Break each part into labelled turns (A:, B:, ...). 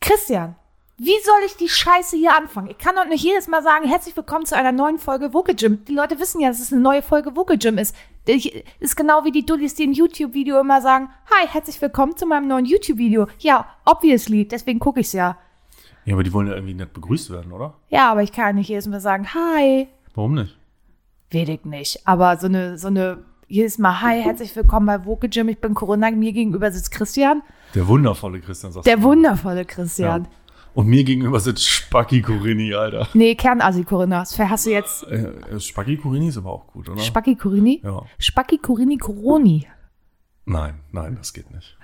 A: Christian, wie soll ich die Scheiße hier anfangen? Ich kann doch nicht jedes Mal sagen, herzlich willkommen zu einer neuen Folge Vocal Gym. Die Leute wissen ja, dass es eine neue Folge Vocal Gym ist. Ich, ist genau wie die Dullis, die im YouTube-Video immer sagen, hi, herzlich willkommen zu meinem neuen YouTube-Video. Ja, obviously, deswegen gucke ich's ja.
B: Ja, aber die wollen ja irgendwie nicht begrüßt werden, oder?
A: Ja, aber ich kann ja nicht jedes Mal sagen, hi,
B: Warum nicht?
A: wenig nicht. Aber so eine, so eine, jedes Mal, hi, herzlich willkommen bei Vocal Gym, ich bin Corinna, mir gegenüber sitzt Christian.
B: Der wundervolle Christian sagt.
A: Der wundervolle Christian.
B: Und mir gegenüber sitzt Spacki Corini, Alter.
A: Nee, Kernasi Corinna, das verhasst du jetzt.
B: Äh, Spacki Corini ist aber auch gut, oder?
A: Spacki Corini?
B: ja.
A: Spacki Corini Coroni.
B: Nein, nein, das geht nicht.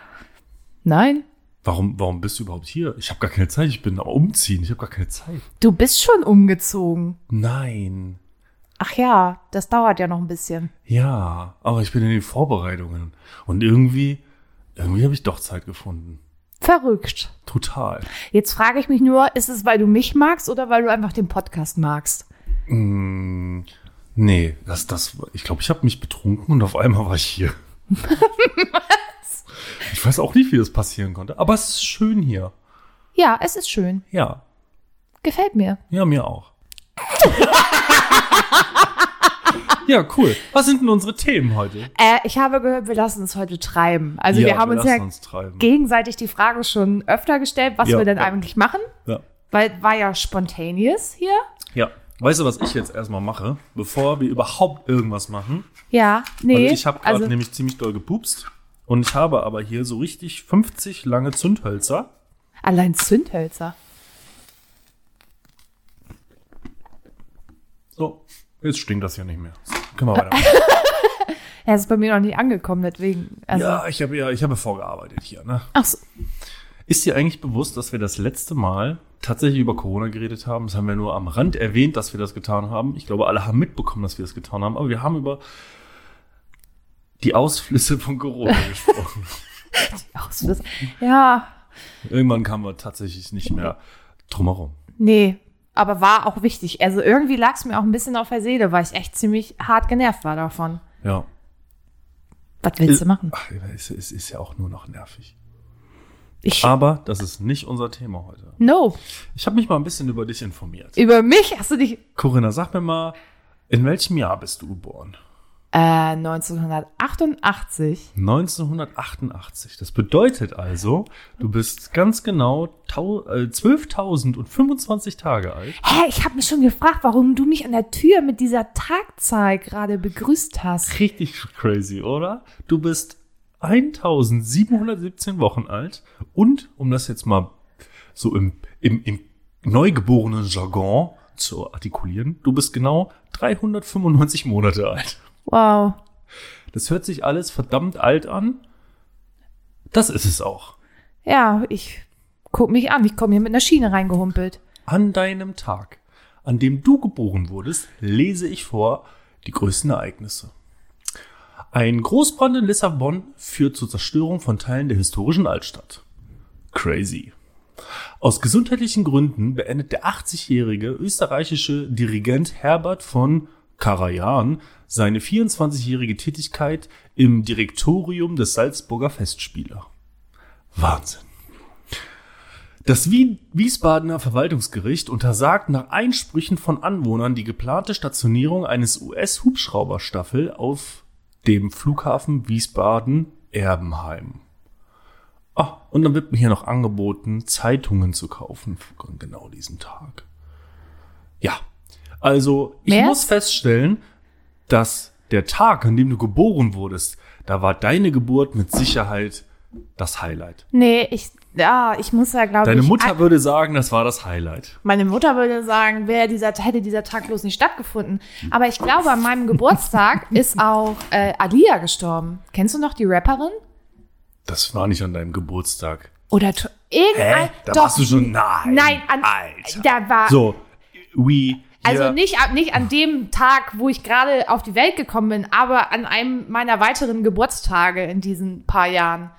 A: Nein.
B: Warum, warum bist du überhaupt hier? Ich habe gar keine Zeit. Ich bin am Umziehen. Ich habe gar keine Zeit.
A: Du bist schon umgezogen.
B: Nein.
A: Ach ja, das dauert ja noch ein bisschen.
B: Ja, aber ich bin in den Vorbereitungen. Und irgendwie, irgendwie habe ich doch Zeit gefunden.
A: Verrückt.
B: Total.
A: Jetzt frage ich mich nur, ist es, weil du mich magst oder weil du einfach den Podcast magst?
B: Mm, nee, das, das, ich glaube, ich habe mich betrunken und auf einmal war ich hier. Ich weiß auch nicht, wie das passieren konnte. Aber es ist schön hier.
A: Ja, es ist schön.
B: Ja,
A: Gefällt mir.
B: ja, mir auch. ja, cool. Was sind denn unsere Themen heute?
A: Äh, ich habe gehört, wir lassen uns heute treiben. Also
B: ja,
A: wir haben uns
B: lassen
A: ja
B: uns treiben.
A: gegenseitig die Frage schon öfter gestellt, was
B: Ja,
A: wir denn
B: ja.
A: eigentlich machen.
B: Ja.
A: Weil war ja spontaneous hier.
B: ja. Weißt du, was ich jetzt erstmal mache, bevor wir überhaupt irgendwas machen?
A: Ja, nee.
B: Weil ich ne- habe gerade
A: also,
B: nämlich ziemlich doll gepupst. Und ich habe aber hier so richtig 50 lange Zündhölzer.
A: allein Zündhölzer.
B: So, jetzt stinkt das hier nicht mehr. So, können wir weitermachen.
A: Er ist bei mir noch nicht angekommen, deswegen. Also,
B: ja, ich habe ja, ich habe vorgearbeitet hier. Ne?
A: Ach so.
B: Ist dir eigentlich bewusst, dass wir das letzte Mal tatsächlich über Corona geredet haben? Das haben wir nur am Rand erwähnt, dass wir das getan haben. Ich glaube, alle haben mitbekommen, dass wir das getan haben. Aber wir haben über die Ausflüsse von Corona gesprochen.
A: Ausfluss. Ja,
B: Irgendwann kamen wir tatsächlich nicht mehr drumherum.
A: nee. Aber war auch wichtig. Also irgendwie lag es mir auch ein bisschen auf der Seele, weil ich echt ziemlich hart genervt war davon.
B: Ja.
A: Was willst
B: Äh.
A: du machen?
B: Ach, es, es ist ja auch nur noch nervig.
A: Ich.
B: Aber das ist nicht unser Thema heute.
A: No.
B: Ich habe mich mal ein bisschen über dich informiert.
A: Über mich hast du dich.
B: Corinna, sag mir mal, in welchem Jahr bist du geboren?
A: Äh, 1988.
B: 1988. Das bedeutet also, du bist ganz genau tau- äh, 12.025 Tage alt.
A: Hä, ich habe mich schon gefragt, warum du mich an der Tür mit dieser Tagzahl gerade begrüßt hast.
B: Richtig crazy, oder? Du bist 1717 Wochen alt und, um das jetzt mal so im, im, im neugeborenen Jargon zu artikulieren, du bist genau 395 Monate alt.
A: Wow.
B: Das hört sich alles verdammt alt an. Das ist es auch.
A: Ja, ich guck mich an. Ich komme hier mit einer Schiene reingehumpelt.
B: An deinem Tag, an dem du geboren wurdest, lese ich vor die größten Ereignisse. Ein Großbrand in Lissabon führt zur Zerstörung von Teilen der historischen Altstadt. Crazy. Aus gesundheitlichen Gründen beendet der 80-jährige österreichische Dirigent Herbert von Karajan seine 24-jährige Tätigkeit im Direktorium des Salzburger Festspieler. Wahnsinn. Das Wien Wiesbadener Verwaltungsgericht untersagt nach Einsprüchen von Anwohnern die geplante Stationierung eines US-Hubschrauberstaffel auf dem Flughafen Wiesbaden-Erbenheim. Ah, und dann wird mir hier noch angeboten, Zeitungen zu kaufen an genau diesem Tag. Ja, also ich
A: Mehr?
B: muss feststellen, dass der Tag, an dem du geboren wurdest, da war deine Geburt mit Sicherheit das Highlight.
A: Nee, ich. Ja, ich muss ja, glaube ich.
B: Deine Mutter würde sagen, das war das Highlight.
A: Meine Mutter würde sagen, wäre dieser, hätte dieser Tag bloß nicht stattgefunden. Aber ich glaube, an meinem Geburtstag ist auch äh, Alia gestorben. Kennst du noch die Rapperin?
B: Das war nicht an deinem Geburtstag.
A: Oder t- irgendein.
B: Da warst du schon nein.
A: Nein, an,
B: Alter.
A: da war.
B: so, we.
A: Also
B: ja,
A: nicht, ab- nicht an dem Tag, wo ich gerade auf die Welt gekommen bin, aber an einem meiner weiteren Geburtstage in diesen paar Jahren.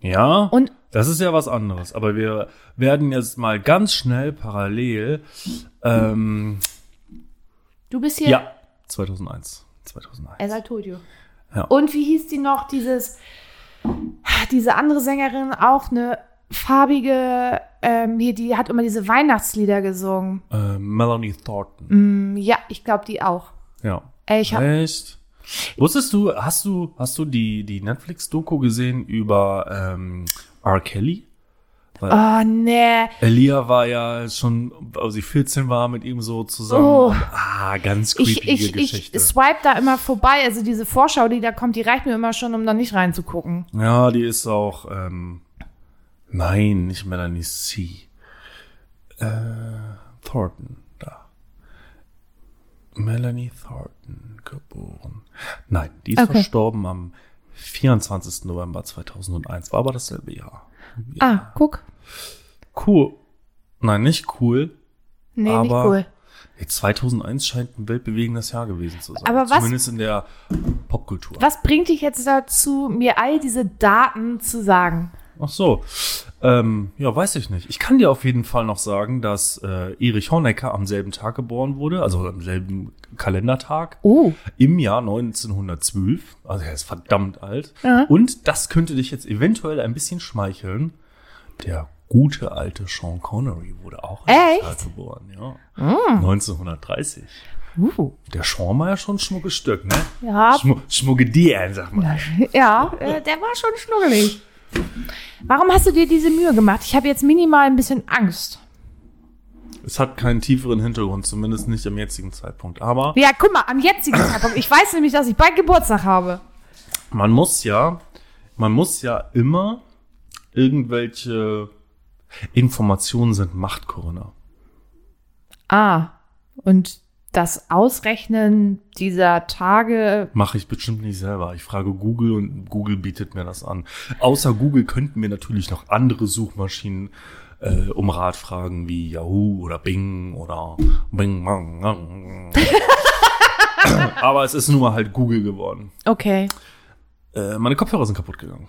B: Ja.
A: Und-
B: das ist ja was anderes. Aber wir werden jetzt mal ganz schnell parallel. Ähm,
A: Du bist hier.
B: ja. 2001. 2001.
A: As I told you.
B: Ja.
A: Und wie hieß die noch, dieses, diese andere Sängerin, auch eine farbige ähm, hier, die hat immer diese Weihnachtslieder gesungen.
B: Äh, Melanie Thornton.
A: Hm, ja, ich glaube, die auch.
B: Ja.
A: Ey, ich hab-
B: Echt? Wusstest du, hast du, hast du die, die Netflix-Doku gesehen über ähm, R. Kelly?
A: Oh, nee.
B: Elia war ja schon, als sie 14 war, mit ihm so zusammen.
A: Oh.
B: Und, ah, ganz
A: Ich,
B: creepige
A: ich, ich
B: Geschichte.
A: swipe da immer vorbei. Also diese Vorschau, die da kommt, die reicht mir immer schon, um da nicht reinzugucken.
B: ja, die ist auch, ähm, nein, nicht Melanie C. Äh, Thornton, da. Melanie Thornton, geboren. Nein, die ist
A: Okay.
B: verstorben am 24. November 2001, war aber dasselbe Jahr.
A: Ah, guck.
B: Cool. Nein, nicht cool.
A: Nee, nicht
B: Aber-
A: cool.
B: Ey, 2001 scheint ein weltbewegendes Jahr gewesen zu sein.
A: Aber was-
B: Zumindest in der Popkultur.
A: Was bringt dich jetzt dazu, mir all diese Daten zu sagen?
B: Ach so. Ähm, ja, weiß ich nicht. Ich kann dir auf jeden Fall noch sagen, dass äh, Erich Honecker am selben Tag geboren wurde, also am selben Kalendertag.
A: Oh.
B: Im Jahr 1912. Also er ist verdammt alt.
A: Ja.
B: Und das könnte dich jetzt eventuell ein bisschen schmeicheln. Der gute alte Sean Connery wurde auch am
A: Echt? Hm.
B: Tag geboren, ja. 1930.
A: Uh.
B: Der Sean war ja schon ein schmuckes Stück, ne?
A: Ja,
B: Schmu Schmuggedier, sag mal.
A: ja äh, der war schon schnuggelig. Warum hast du dir diese Mühe gemacht? Ich habe jetzt minimal ein bisschen Angst.
B: Es hat keinen tieferen Hintergrund, zumindest nicht am jetzigen Zeitpunkt. Aber
A: Ja, guck mal, am jetzigen Zeitpunkt. Ich weiß nämlich, dass ich bald Geburtstag habe.
B: man muss ja, man muss ja immer irgendwelche Informationen sind Macht, Corinna.
A: Ah, und das Ausrechnen dieser Tage.
B: Mache ich bestimmt nicht selber. Ich frage Google und Google bietet mir das an. Außer Google könnten mir natürlich noch andere Suchmaschinen äh, um Rat fragen, wie Yahoo oder Bing oder Bing. Bang, Bang. Aber es ist nun mal halt Google geworden.
A: Okay.
B: Äh, meine Kopfhörer sind kaputt gegangen.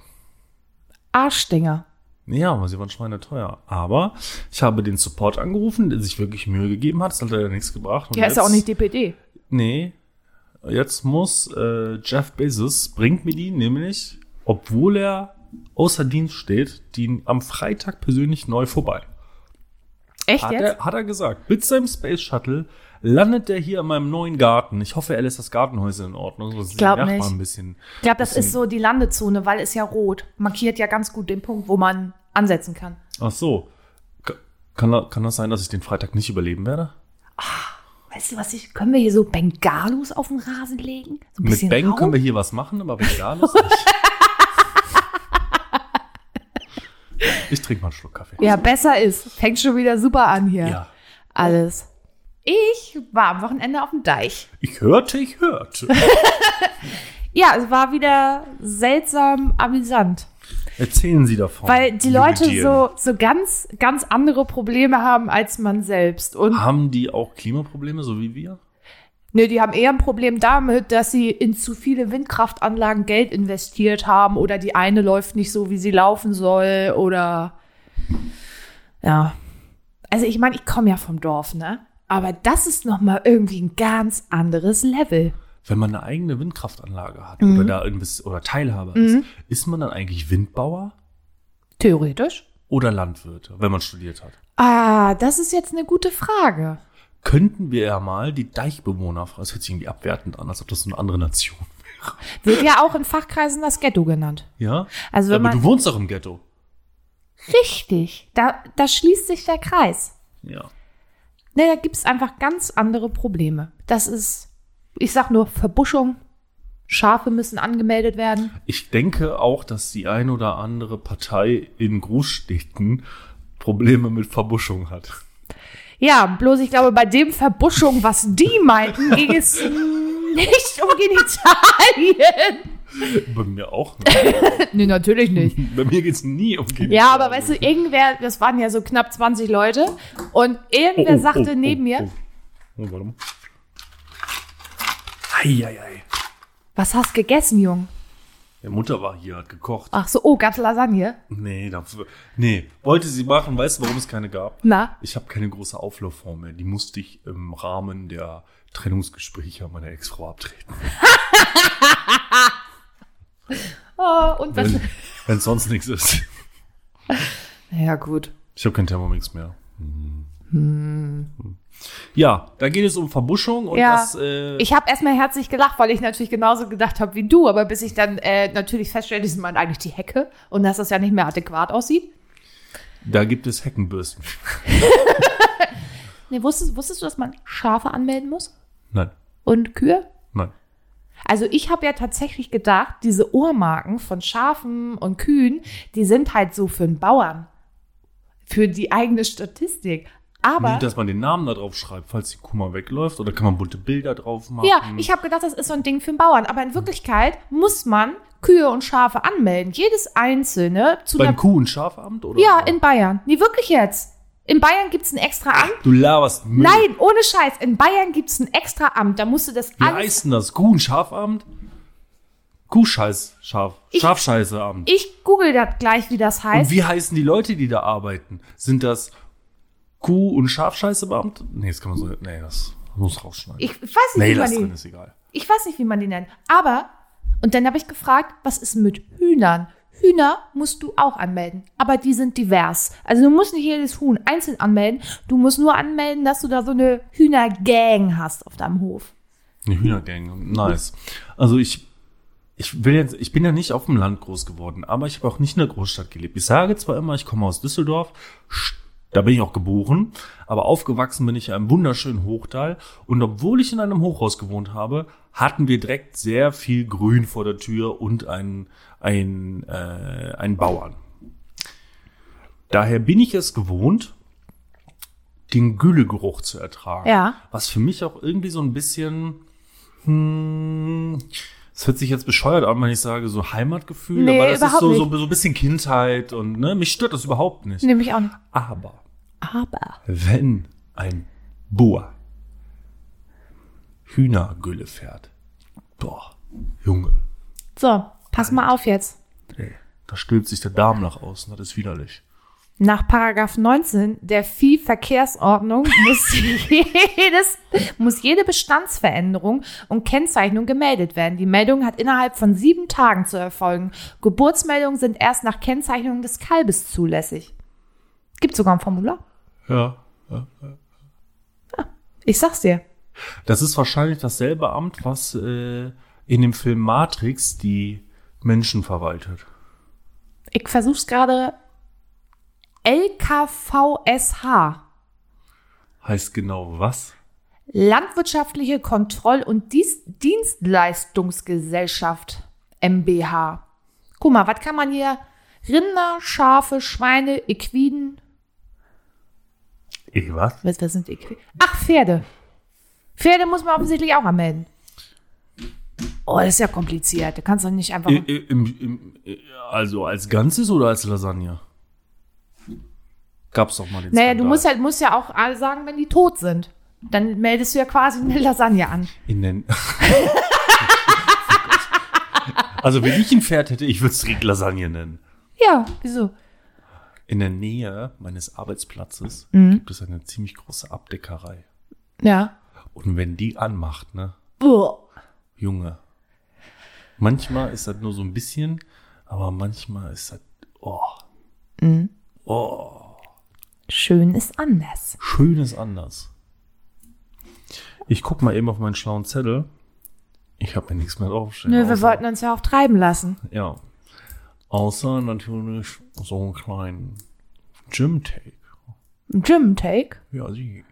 A: Arschdinger.
B: Ja, aber sie waren schweineteuer. Aber ich habe den Support angerufen, der sich wirklich Mühe gegeben hat. Es hat leider nichts gebracht. Und
A: Ja, ist ja auch
B: jetzt-
A: nicht DPD.
B: Nee. Jetzt muss äh, Jeff Bezos, bringt mir die nämlich, obwohl er außer Dienst steht, die am Freitag persönlich neu vorbei.
A: Echt
B: Hat
A: jetzt?
B: er, hat er gesagt. Mit seinem Space Shuttle landet er hier in meinem neuen Garten. Ich hoffe, er lässt das Gartenhäuser in Ordnung. sonst sind die
A: glaub
B: Nachbarn
A: nicht.
B: Ein bisschen.
A: Ich glaube, das ist so die Landezone, weil es ja rot markiert ja ganz gut den Punkt, wo man ansetzen kann.
B: Ach so. Ka- Kann, da- kann das sein, dass ich den Freitag nicht überleben werde?
A: Weißt du was? Ich, können wir hier so Bengalos auf den Rasen legen? So ein
B: Mit
A: bisschen
B: Bang
A: rau?
B: können wir hier was machen, aber Bengalos nicht. ich trinke mal einen Schluck Kaffee.
A: Ja, besser ist. Fängt schon wieder super an hier.
B: Ja.
A: Alles. Ich war am Wochenende auf dem Deich.
B: Ich hörte, ich hörte.
A: Ja, es war wieder seltsam amüsant.
B: Erzählen Sie davon.
A: Weil die
B: Oh, liebe
A: Leute
B: Dirn.
A: so, so ganz, ganz andere Probleme haben als man selbst. Und
B: Haben die auch Klimaprobleme, so wie wir?
A: Nee, Ne, die haben eher ein Problem damit, dass sie in zu viele Windkraftanlagen Geld investiert haben oder die eine läuft nicht so, wie sie laufen soll oder ja. Also ich meine, ich komme ja vom Dorf, ne? Aber das ist noch mal irgendwie ein ganz anderes Level.
B: Wenn man eine eigene Windkraftanlage hat
A: Mhm.
B: oder da invest oder Teilhaber ist, ist man dann eigentlich Windbauer
A: Theoretisch.
B: oder Landwirt, wenn man studiert hat?
A: Ah, das ist jetzt eine gute Frage.
B: Könnten wir ja mal die Deichbewohner fragen. Das hört sich irgendwie abwertend an, als ob das so eine andere Nation wäre.
A: Wird ja auch in Fachkreisen das Ghetto genannt.
B: Ja?
A: Also wenn
B: Aber
A: man-
B: du wohnst doch im Ghetto.
A: Richtig. Da, da schließt sich der Kreis.
B: Ja.
A: Ne, da gibt's einfach ganz andere Probleme. Das ist, ich sag nur, Verbuschung. Schafe müssen angemeldet werden.
B: Ich denke auch, dass die ein oder andere Partei in Großstädten Probleme mit Verbuschung hat.
A: Ja, bloß ich glaube, bei dem Verbuschung, was die meinten, ging es nicht um Genitalien.
B: Bei mir auch nicht.
A: Nee, natürlich nicht.
B: Bei mir geht's nie um Genitalien.
A: Ja, aber weißt du, irgendwer, das waren ja so knapp 20 Leute, und irgendwer sagte neben mir,
B: Oh, warte mal. Eieiei.
A: was hast gegessen, Jung?
B: Der Mutter war hier, hat gekocht.
A: Ach so, oh, gab's Lasagne?
B: Nee, dafür. Nee, wollte sie machen. Weißt du, warum es keine gab?
A: Na?
B: Ich habe keine große Auflaufform mehr. Die musste ich im Rahmen der Trennungsgespräche meiner Ex-Frau abtreten.
A: Oh, und was? Oh,
B: Wenn es sonst nichts ist.
A: Ja, gut.
B: Ich habe kein Thermomix mehr. Mhm. Ja, da geht es um Verbuschung und
A: Ja.
B: das. Äh,
A: Ich habe erstmal herzlich gelacht, weil ich natürlich genauso gedacht habe wie du, aber bis ich dann äh, natürlich feststellte, das meint eigentlich die Hecke und dass das ja nicht mehr adäquat aussieht.
B: da gibt es Heckenbürsten.
A: Nee, wusstest, wusstest du, dass man Schafe anmelden muss
B: Nein,
A: und Kühe?
B: nein.
A: Also ich habe ja tatsächlich gedacht, diese Ohrmarken von Schafen und Kühen, die sind halt so für den Bauern, für die eigene Statistik. Aber
B: Nur, dass man den Namen da drauf schreibt, falls die Kuh mal wegläuft. Oder kann man bunte Bilder drauf machen?
A: ja, ich habe gedacht, das ist so ein Ding für den Bauern. Aber in Wirklichkeit muss man Kühe und Schafe anmelden, jedes einzelne zu
B: Beim
A: einer
B: Kuh- und Schafamt? Oder
A: Ja, in Bayern. Nee, wirklich jetzt. In Bayern gibt's ein extra Amt.
B: Du laberst Müll.
A: Nein, ohne Scheiß. In Bayern gibt's ein extra Amt. Da musst du das
B: Wie
A: alles.
B: heißt denn das? Kuh- und Schafamt? Kuhscheiß, Schaf.
A: Ich-
B: Schafscheißeamt.
A: Ich google das gleich, wie das
B: Und
A: heißt.
B: wie heißen die Leute, die da arbeiten? Sind das Kuh- und Schafscheißebeamt? Nee, das kann man so. Nee, das muss rausschneiden.
A: Ich weiß nicht,
B: nee,
A: wie man
B: das drin
A: die,
B: ist egal.
A: ich weiß nicht, wie man die nennt. Aber, und dann habe ich gefragt, was ist mit Hühnern? Hühner musst du auch anmelden. Aber die sind divers. Also du musst nicht jedes Huhn einzeln anmelden. Du musst nur anmelden, dass du da so eine Hühnergang hast auf deinem Hof.
B: Eine Hühnergang, nice. Also ich, ich will jetzt, ich bin ja nicht auf dem Land groß geworden, aber ich habe auch nicht in der Großstadt gelebt. Ich sage zwar immer, ich komme aus Düsseldorf, sch- da bin ich auch geboren, aber aufgewachsen bin ich in einem wunderschönen Hochtal und obwohl ich in einem Hochhaus gewohnt habe, hatten wir direkt sehr viel Grün vor der Tür und einen, einen, äh, einen Bauern. Daher bin ich es gewohnt, den Güllegeruch zu ertragen.
A: Ja.
B: Was für mich auch irgendwie so ein bisschen, hm, es hört sich jetzt bescheuert an, wenn ich sage, so Heimatgefühl,
A: Nee,
B: aber das ist
A: überhaupt
B: so,
A: nicht.
B: so, so ein bisschen Kindheit und ne, mich stört das überhaupt nicht.
A: Nehme ich auch nicht.
B: Aber
A: Aber.
B: wenn ein Boer Hühnergülle fährt, boah, Junge,
A: So, pass mal auf jetzt.
B: ey, da stülpt sich der Darm nach außen, das ist widerlich.
A: Nach Paragraph 19 der Viehverkehrsordnung muss, jedes, muss jede Bestandsveränderung und Kennzeichnung gemeldet werden. Die Meldung hat innerhalb von sieben Tagen zu erfolgen. Geburtsmeldungen sind erst nach Kennzeichnung des Kalbes zulässig. Gibt sogar ein Formular.
B: Ja.
A: Ich sag's dir.
B: Das ist wahrscheinlich dasselbe Amt, was äh, in dem Film Matrix die Menschen verwaltet.
A: Ich versuch's gerade. LKVSH.
B: Heißt genau was?
A: Landwirtschaftliche Kontroll- und Dies- Dienstleistungsgesellschaft MBH. Guck mal, was kann man hier? Rinder, Schafe, Schweine, Equiden.
B: Eh, was?
A: Was, was sind Equiden? Ach, Pferde. Pferde muss man offensichtlich auch anmelden. Oh, das ist ja kompliziert. Da kannst du nicht einfach.
B: I, i, im, im, i- also als Ganzes oder als Lasagne? Gab's doch mal den
A: naja, du
B: Skandal.
A: musst, halt, musst ja auch alle sagen, wenn die tot sind. Dann meldest du ja quasi eine Lasagne an.
B: In den. Oh also, wenn ich ein Pferd hätte, ich würde es direkt Lasagne nennen.
A: Ja, wieso?
B: In der Nähe meines Arbeitsplatzes
A: Mhm.
B: gibt es eine ziemlich große Abdeckerei.
A: Ja.
B: Und wenn die anmacht, ne?
A: Boah.
B: Junge. Manchmal ist das nur so ein bisschen, aber manchmal ist das. Oh. Oh.
A: Schön ist anders.
B: Schön ist anders. Ich guck mal eben auf meinen schlauen Zettel. Ich habe mir nichts mehr draufstehen.
A: Nö, wir
B: außer-
A: wollten uns ja auch treiben lassen.
B: Ja. Außer natürlich so einen kleinen Gym-Take.
A: Gym-Take.
B: Ja, sie.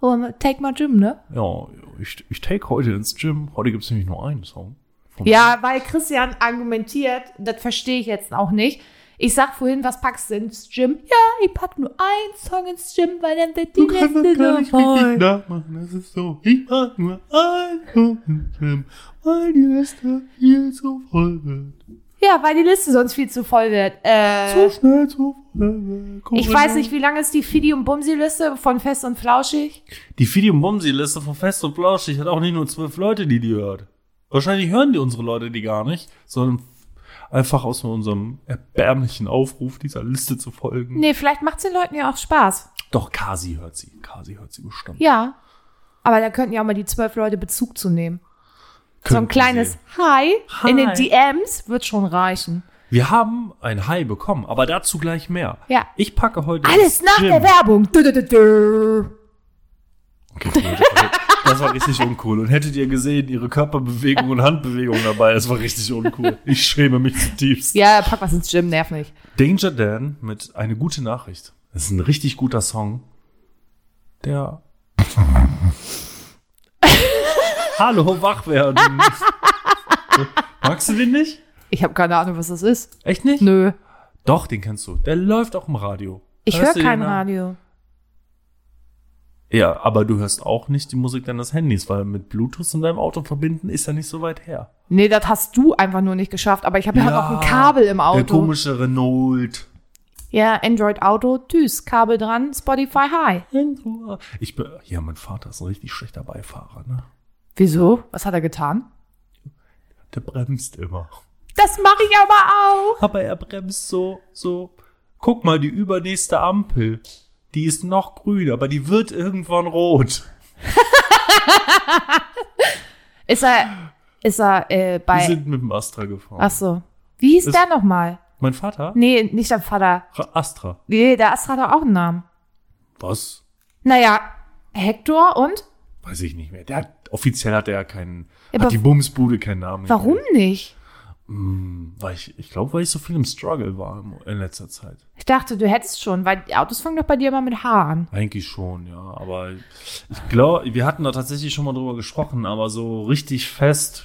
A: Oh, Take My Gym, ne?
B: Ja, ich, ich take heute ins Gym. Heute gibt's nämlich nur einen Song. Vom-
A: Ja, weil Christian argumentiert, das verstehe ich jetzt auch nicht. Ich sag vorhin, was packst du ins Gym? Ja, ich pack nur einen Song ins Gym, weil dann wird die
B: Du kannst
A: letzte
B: das gar nicht richtig
A: dabei.
B: nachmachen. Das ist so. Ich mach nur ein Pumpenschirm, weil die Liste hier so voll wird.
A: Ja, weil die Liste sonst viel zu voll wird. Äh,
B: So schnell, so voll wird. Guck
A: ich
B: mal
A: weiß
B: da.
A: nicht, wie lang ist die Fidi- und Bumsi-Liste von Fest und Flauschig?
B: Die Fidi und Bumsi-Liste von Fest und Flauschig hat auch nicht nur zwölf Leute, die die hört. Wahrscheinlich hören die unsere Leute die gar nicht, sondern einfach aus unserem erbärmlichen Aufruf, dieser Liste zu folgen.
A: Nee, vielleicht macht's den Leuten ja auch Spaß.
B: Doch, Kasi hört sie. Kasi hört sie bestimmt.
A: Ja. Aber da könnten ja auch mal die zwölf Leute Bezug zu nehmen. So ein
B: Könnten
A: kleines
B: sie.
A: Hi in den
B: Hi.
A: DMs wird schon reichen.
B: Wir haben ein High bekommen, aber dazu gleich mehr.
A: Ja.
B: Ich packe heute
A: Alles
B: das
A: nach
B: Gym.
A: der Werbung. Du, du, du, du.
B: Okay, Leute, Das war richtig uncool. Und hättet ihr gesehen, ihre Körperbewegung und Handbewegung dabei, das war richtig uncool. Ich schäme mich zutiefst.
A: Ja, pack was ins Gym, nerv nicht.
B: Danger Dan mit Eine gute Nachricht. Das ist ein richtig guter Song. Der. Hallo, wach werden. Magst du den nicht?
A: Ich habe keine Ahnung, was das ist.
B: Echt nicht?
A: Nö.
B: Doch, den kennst du. Der läuft auch im Radio.
A: Ich höre
B: Hörst du den
A: kein
B: an?
A: Radio.
B: Ja, aber du hörst auch nicht die Musik deines Handys, weil mit Bluetooth in deinem Auto verbinden ist ja nicht so weit her.
A: Nee, das hast du einfach nur nicht geschafft. Aber ich habe ja, halt
B: Ja,
A: noch ein Kabel im
B: Der
A: Auto.
B: komische Renault.
A: Ja, Android Auto, tschüss, Kabel dran, Spotify Hi.
B: Ich bin, ja, mein Vater ist ein richtig schlechter Beifahrer, ne?
A: Wieso? Was hat er getan?
B: Der bremst immer.
A: Das mache ich aber auch.
B: Aber er bremst so, so. Guck mal, die übernächste Ampel. Die ist noch grün, aber die wird irgendwann rot.
A: Ist er, ist er äh,
B: Wir
A: bei.
B: sind mit dem Astra gefahren.
A: Ach so. Wie hieß
B: Ist-
A: der nochmal?
B: mein Vater?
A: Nee, nicht der Vater.
B: Ra- Astra.
A: Nee, der Astra hat doch auch einen Namen.
B: Was?
A: Naja, Hector und?
B: Weiß ich nicht mehr. Der hat, offiziell hat er ja keinen.
A: Ja, aber
B: hat die Bumsbude keinen Namen.
A: Warum nicht?
B: Hm, weil ich, ich glaube, weil ich so viel im Struggle war im- in letzter Zeit.
A: Ich dachte, du hättest schon, weil die Autos fangen doch bei dir immer mit H an.
B: Eigentlich schon, ja. Aber ich glaube, wir hatten da tatsächlich schon mal drüber gesprochen, aber so richtig fest.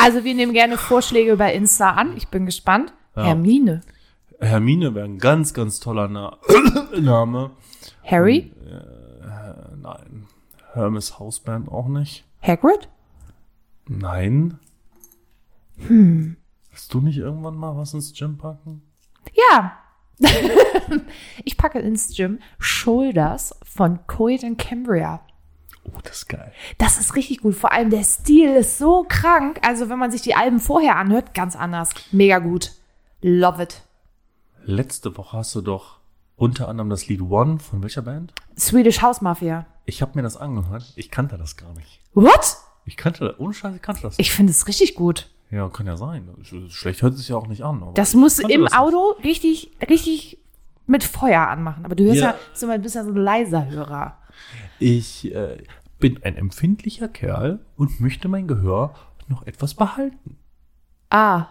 A: Also wir nehmen gerne Vorschläge über Insta an. Ich bin gespannt. Hermine.
B: Hermine wäre ein ganz, ganz toller Na Name.
A: Harry?
B: Äh, nein. Hermes Hausband auch nicht.
A: Hagrid?
B: Nein. Hm. Hast du nicht irgendwann mal was ins Gym packen?
A: Ja. ich packe ins Gym Shoulders von Coed and Cambria.
B: Oh, das ist geil.
A: Das ist richtig gut. Vor allem der Stil ist so krank. Also wenn man sich die Alben vorher anhört, ganz anders. Mega gut. Love it.
B: Letzte Woche hast du doch unter anderem das Lied One von welcher Band?
A: Swedish House Mafia.
B: Ich habe mir das angehört. Ich kannte das gar nicht.
A: What?
B: Ich kannte das. Ohne Scheiß, ich kannte das.
A: Ich finde es richtig gut.
B: ja, kann ja sein. Sch- Schlecht hört sich ja auch nicht an. aber
A: Das
B: ich
A: muss
B: kannte
A: im
B: das nicht.
A: Auto richtig, richtig mit Feuer anmachen. Aber du hörst
B: Ja.
A: ja, so du bist ja so ein leiser Hörer.
B: Ich äh, bin ein empfindlicher Kerl und möchte mein Gehör noch etwas behalten.
A: Ah,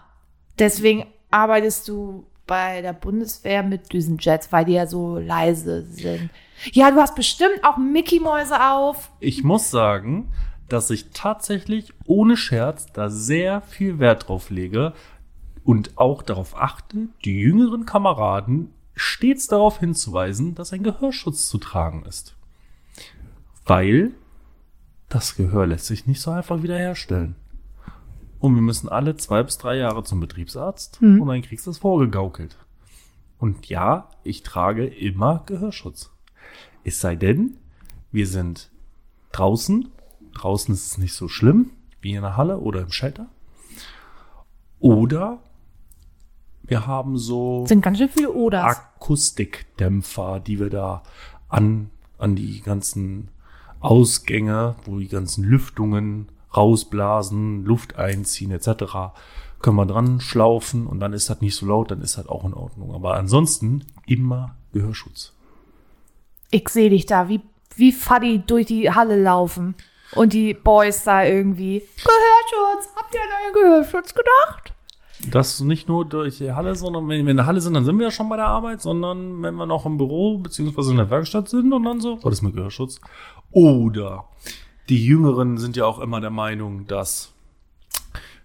A: deswegen arbeitest du bei der Bundeswehr mit Düsenjets, weil die ja so leise sind. Ja, du hast bestimmt auch Mickey-Mäuse auf.
B: Ich muss sagen, dass ich tatsächlich ohne Scherz da sehr viel Wert drauf lege und auch darauf achte, die jüngeren Kameraden stets darauf hinzuweisen, dass ein Gehörschutz zu tragen ist. Weil das Gehör lässt sich nicht so einfach wiederherstellen. Und wir müssen alle zwei bis drei Jahre zum Betriebsarzt und dann kriegst du es vorgegaukelt. Und ja, ich trage immer Gehörschutz. Es sei denn, wir sind draußen. Draußen ist es nicht so schlimm wie in der Halle oder im Shelter. Oder wir haben so
A: Sind ganz schön viele Oders.
B: Akustikdämpfer, die wir da an, an die ganzen Ausgänge, wo die ganzen Lüftungen rausblasen, Luft einziehen etc. können wir dran schlaufen und dann ist das nicht so laut, dann ist das auch in Ordnung. Aber ansonsten immer Gehörschutz.
A: Ich sehe dich da, wie, wie Fuddy durch die Halle laufen. Und die Boys da irgendwie. Gehörschutz, habt ihr an euren Gehörschutz gedacht?
B: Das nicht nur durch die Halle, sondern wenn wir in der Halle sind, dann sind wir ja schon bei der Arbeit, sondern wenn wir noch im Büro beziehungsweise in der Werkstatt sind und dann so, war das mit Gehörschutz? Oder die Jüngeren sind ja auch immer der Meinung, dass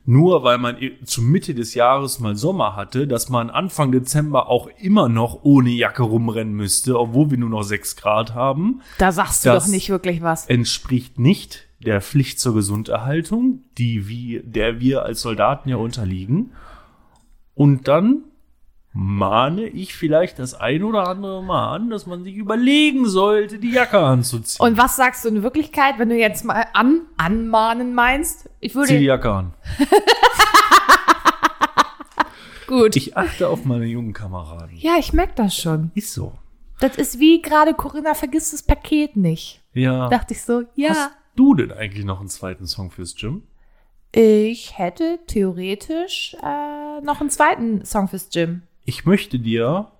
B: nur weil man eh zur Mitte des Jahres mal Sommer hatte, dass man Anfang Dezember auch immer noch ohne Jacke rumrennen müsste, obwohl wir nur noch 6 Grad haben
A: Da sagst du
B: Das-
A: doch nicht wirklich was.
B: entspricht nicht der Pflicht zur Gesunderhaltung, die wir, der wir als Soldaten ja unterliegen. Und dann mahne ich vielleicht das ein oder andere Mal an, dass man sich überlegen sollte, die Jacke anzuziehen.
A: Und was sagst du in Wirklichkeit, wenn du jetzt mal an, anmahnen meinst? Ich würde.
B: Zieh die Jacke an.
A: gut.
B: Ich achte auf meine jungen Kameraden.
A: ja, ich merke das schon.
B: Ist so.
A: Das ist wie gerade Corinna vergisst das Paket nicht.
B: Ja.
A: Dachte ich so, ja.
B: Hast du denn eigentlich noch einen zweiten Song fürs Gym?
A: Ich hätte theoretisch äh, äh, noch einen zweiten Song fürs Gym.
B: Ich möchte dir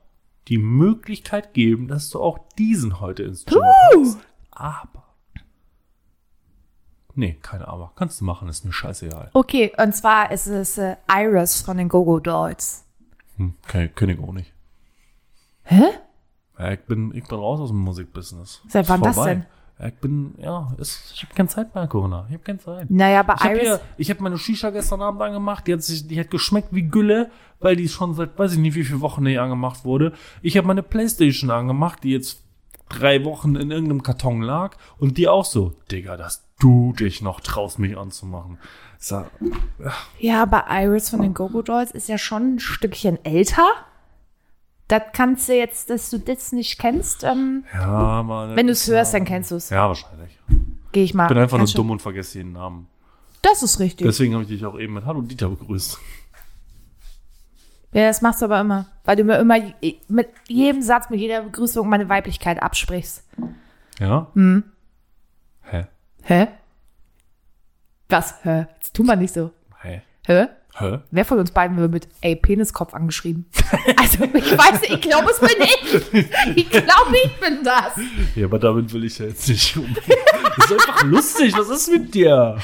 B: die Möglichkeit geben, dass du auch diesen heute ins Gym
A: Uh,
B: Aber. Nee, keine Aber. Kannst du machen, ist mir scheißegal.
A: okay, und zwar ist es äh, Iris von den Gogo Dolls.
B: Hm, kein König auch nicht.
A: Hä?
B: Ja, ich, bin, ich bin raus aus dem Musikbusiness.
A: Seit
B: Ist
A: wann das
B: vorbei.
A: denn?
B: Ja, ich bin, ja, ist, ich habe keine Zeit mehr, Corona. Ich habe keine Zeit.
A: Naja, bei
B: Ich habe
A: Iris.
B: hier, ich habe meine Shisha gestern Abend angemacht, die hat, sich, die hat geschmeckt wie Gülle, weil die schon seit weiß ich nicht wie viele Wochen nicht angemacht wurde. Ich habe meine Playstation angemacht, die jetzt drei Wochen in irgendeinem Karton lag und die auch so, Digga, dass du dich noch traust, mich anzumachen. Ich Sag,
A: Ja, aber Iris von
B: Oh.
A: den Gogo Dolls ist ja schon ein Stückchen älter. Das kannst du jetzt, dass du das nicht kennst. Ähm,
B: ja, Mann.
A: wenn du es hörst, dann kennst du es.
B: Ja, wahrscheinlich.
A: Gehe ich mal.
B: Ich bin einfach nur
A: Kannst du-
B: dumm und vergesse jeden Namen.
A: Das ist richtig.
B: Deswegen habe ich dich auch eben mit Hallo Dieter begrüßt.
A: ja, das machst du aber immer. Weil du mir immer je- mit jedem Satz, mit jeder Begrüßung meine Weiblichkeit absprichst.
B: Ja? Hm.
A: Mhm.
B: Hä?
A: Hä? Was? Hä? Jetzt tu mal nicht so.
B: Hä?
A: Hä?
B: Hä?
A: Wer von uns beiden wird mit ey, Peniskopf angeschrieben? Also, ich weiß nicht, ich glaube, es bin ich. Ich glaube, ich bin das.
B: Ja, aber damit will ich ja jetzt nicht um. Das ist einfach lustig. Was ist mit dir?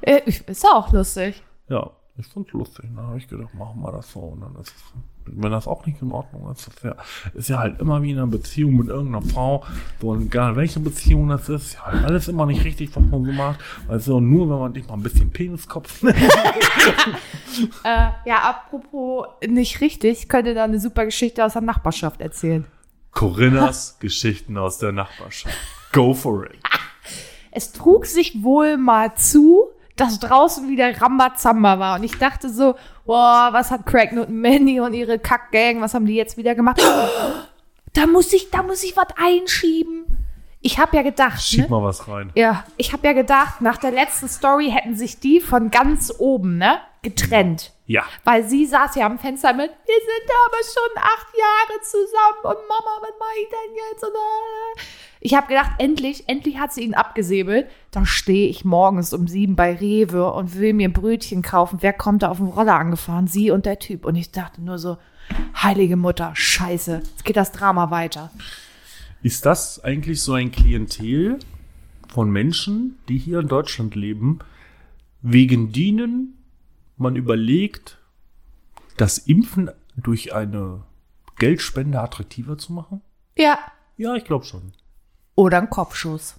A: Äh, Ist ja auch lustig.
B: Ja, ich fand's lustig. Dann habe ich gedacht, machen wir das so. Und dann ist es, wenn das auch nicht in Ordnung ist, ist ja, ist ja halt immer wie in einer Beziehung mit irgendeiner Frau. So, und egal welche Beziehung das ist, ist ja halt alles immer nicht richtig, was man so macht. Also nur, wenn man nicht mal ein bisschen Peniskopf nimmt.
A: Äh, ja, apropos nicht richtig, ich könnte da eine super Geschichte aus der Nachbarschaft erzählen.
B: Corinnas Geschichten aus der Nachbarschaft. Go for it.
A: Es trug sich wohl mal zu, dass draußen wieder Rambazamba war. Und ich dachte so, boah, was hat Craig und Mandy und ihre Kackgang, was haben die jetzt wieder gemacht? Da muss ich, da muss ich was einschieben. Ich habe ja gedacht, ne?
B: Schieb mal was rein.
A: Ja, ich habe ja gedacht, nach der letzten Story hätten sich die von ganz oben, ne, getrennt.
B: Ja.
A: Weil sie saß ja am Fenster mit, wir sind aber schon acht Jahre zusammen und Mama, was mach ich denn jetzt? Und, äh. Ich habe gedacht, endlich, endlich hat sie ihn abgesäbelt. Da stehe ich morgens um sieben bei Rewe und will mir ein Brötchen kaufen. Wer kommt da auf dem Roller angefahren? Sie und der Typ. Und ich dachte nur so, heilige Mutter, scheiße, jetzt geht das Drama weiter.
B: Ist das eigentlich so ein Klientel von Menschen, die hier in Deutschland leben, wegen denen man überlegt, das Impfen durch eine Geldspende attraktiver zu machen?
A: Ja.
B: Ja, ich glaube schon.
A: Oder ein Kopfschuss.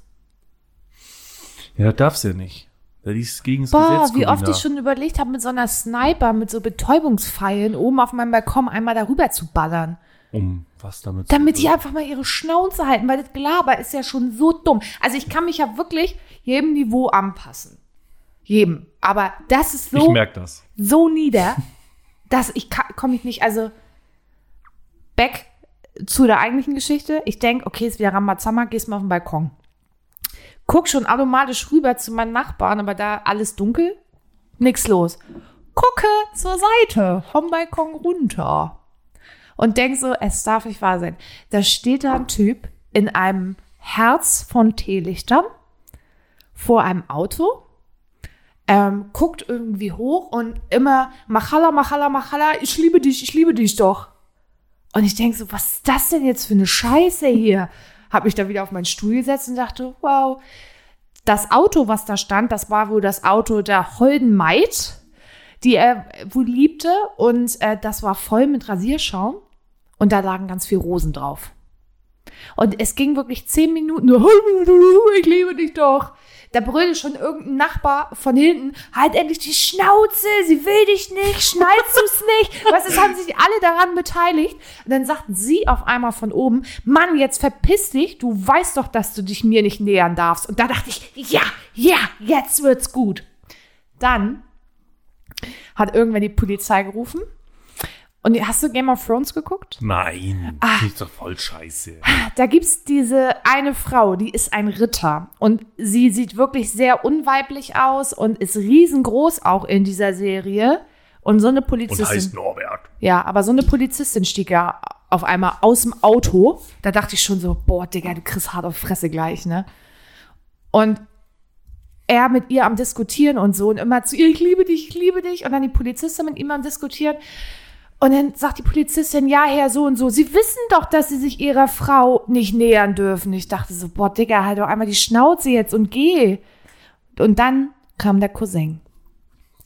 B: Ja, das darf's ja nicht. Das ist gegen das
A: Boah,
B: Gesetz.
A: wie oft
B: Corinna.
A: ich schon überlegt habe, mit so einer Sniper, mit so Betäubungspfeilen oben auf meinem Balkon einmal darüber zu ballern.
B: Um was damit zu
A: Damit die
B: bewirken.
A: einfach mal ihre Schnauze halten, weil das Gelaber ist ja schon so dumm. Also ich kann mich ja wirklich jedem Niveau anpassen. Jedem. Aber das ist
B: Ich
A: so,
B: merk das.
A: so nieder, dass ich komme ich nicht, also back zu der eigentlichen Geschichte. Ich denke, okay, ist wieder Rambazamba, gehst mal auf den Balkon. Guck schon automatisch rüber zu meinen Nachbarn, aber da alles dunkel, nix los. Gucke zur Seite, vom Balkon runter. Und denk so, es darf nicht wahr sein. Da steht da ein Typ in einem Herz von Teelichtern vor einem Auto, ähm, guckt irgendwie hoch und immer Machala, Machala, Machala, ich liebe dich, ich liebe dich doch. Und ich denke so, was ist das denn jetzt für eine Scheiße hier? Hab mich da wieder auf meinen Stuhl gesetzt und dachte, wow, das Auto, was da stand, das war wohl das Auto der Holden Maid, die er wohl liebte. Und äh, das war voll mit Rasierschaum. Und da lagen ganz viel Rosen drauf. Und es ging wirklich zehn Minuten nur, ich liebe dich doch. Da brüllte schon irgendein Nachbar von hinten, halt endlich die Schnauze, sie will dich nicht, schneidest du es nicht. Was ist, haben sich alle daran beteiligt. Und dann sagten sie auf einmal von oben, Mann, jetzt verpiss dich, du weißt doch, dass du dich mir nicht nähern darfst. Und da dachte ich, ja, ja, jetzt wird's gut. Dann hat irgendwann die Polizei gerufen. Und hast du Game of Thrones geguckt?
B: Nein,
A: Ah.
B: das ist doch voll scheiße.
A: Da gibt's diese eine Frau, die ist ein Ritter und sie sieht wirklich sehr unweiblich aus und ist riesengroß auch in dieser Serie. Und so eine
B: Und
A: Polizistin.
B: heißt Norbert.
A: Ja, aber so eine Polizistin stieg ja auf einmal aus dem Auto. Da dachte ich schon so, boah, Digga, du kriegst hart auf Fresse gleich, ne? Und er mit ihr am Diskutieren und so und immer zu ihr, ich liebe dich, ich liebe dich. Und dann die Polizistin mit ihm am Diskutieren. Und dann sagt die Polizistin, ja, Herr, so und so. Sie wissen doch, dass sie sich ihrer Frau nicht nähern dürfen. Ich dachte so, boah, Digga, halt doch einmal die Schnauze jetzt und geh. Und dann kam der Cousin.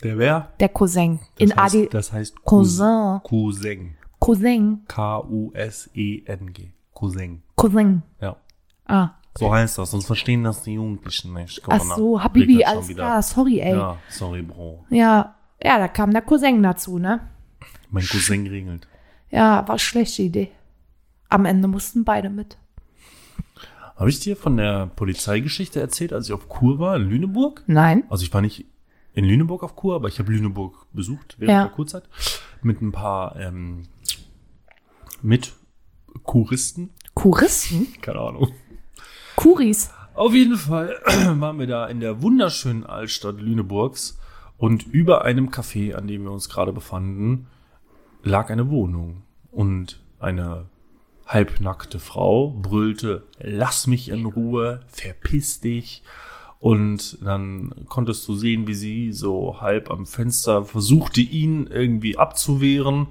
B: Der wer?
A: Der Cousin.
B: Das
A: in
B: heißt,
A: Adi.
B: Das heißt
A: Cousin.
B: Cousin.
A: Cousin.
B: K-U-S-E-N-G. E Cousin.
A: Cousin.
B: Ja.
A: Ah.
B: So heißt das, sonst verstehen das die Jugendlichen nicht. Guck
A: Ach
B: mal,
A: so,
B: na,
A: Habibi,
B: regnet schon
A: alles
B: wieder.
A: klar, sorry, ey. Ja.
B: Ja, sorry, Bro.
A: ja. da kam der Cousin dazu, ne?
B: Mein Cousin regelt.
A: Ja, war schlechte Idee. Am Ende mussten beide mit.
B: Habe ich dir von der Polizeigeschichte erzählt, als ich auf Kur war in Lüneburg?
A: Nein.
B: Also ich war nicht in Lüneburg auf Kur, aber ich habe Lüneburg besucht während
A: Ja.
B: der Kurzeit mit ein paar ähm, mit Kuristen,
A: Kuristen?
B: keine Ahnung.
A: Kuris.
B: Auf jeden Fall waren wir da in der wunderschönen Altstadt Lüneburgs und über einem Café, an dem wir uns gerade befanden, lag eine Wohnung und eine halbnackte Frau brüllte, lass mich in Ruhe, verpiss dich. Und dann konntest du sehen, wie sie so halb am Fenster versuchte, ihn irgendwie abzuwehren.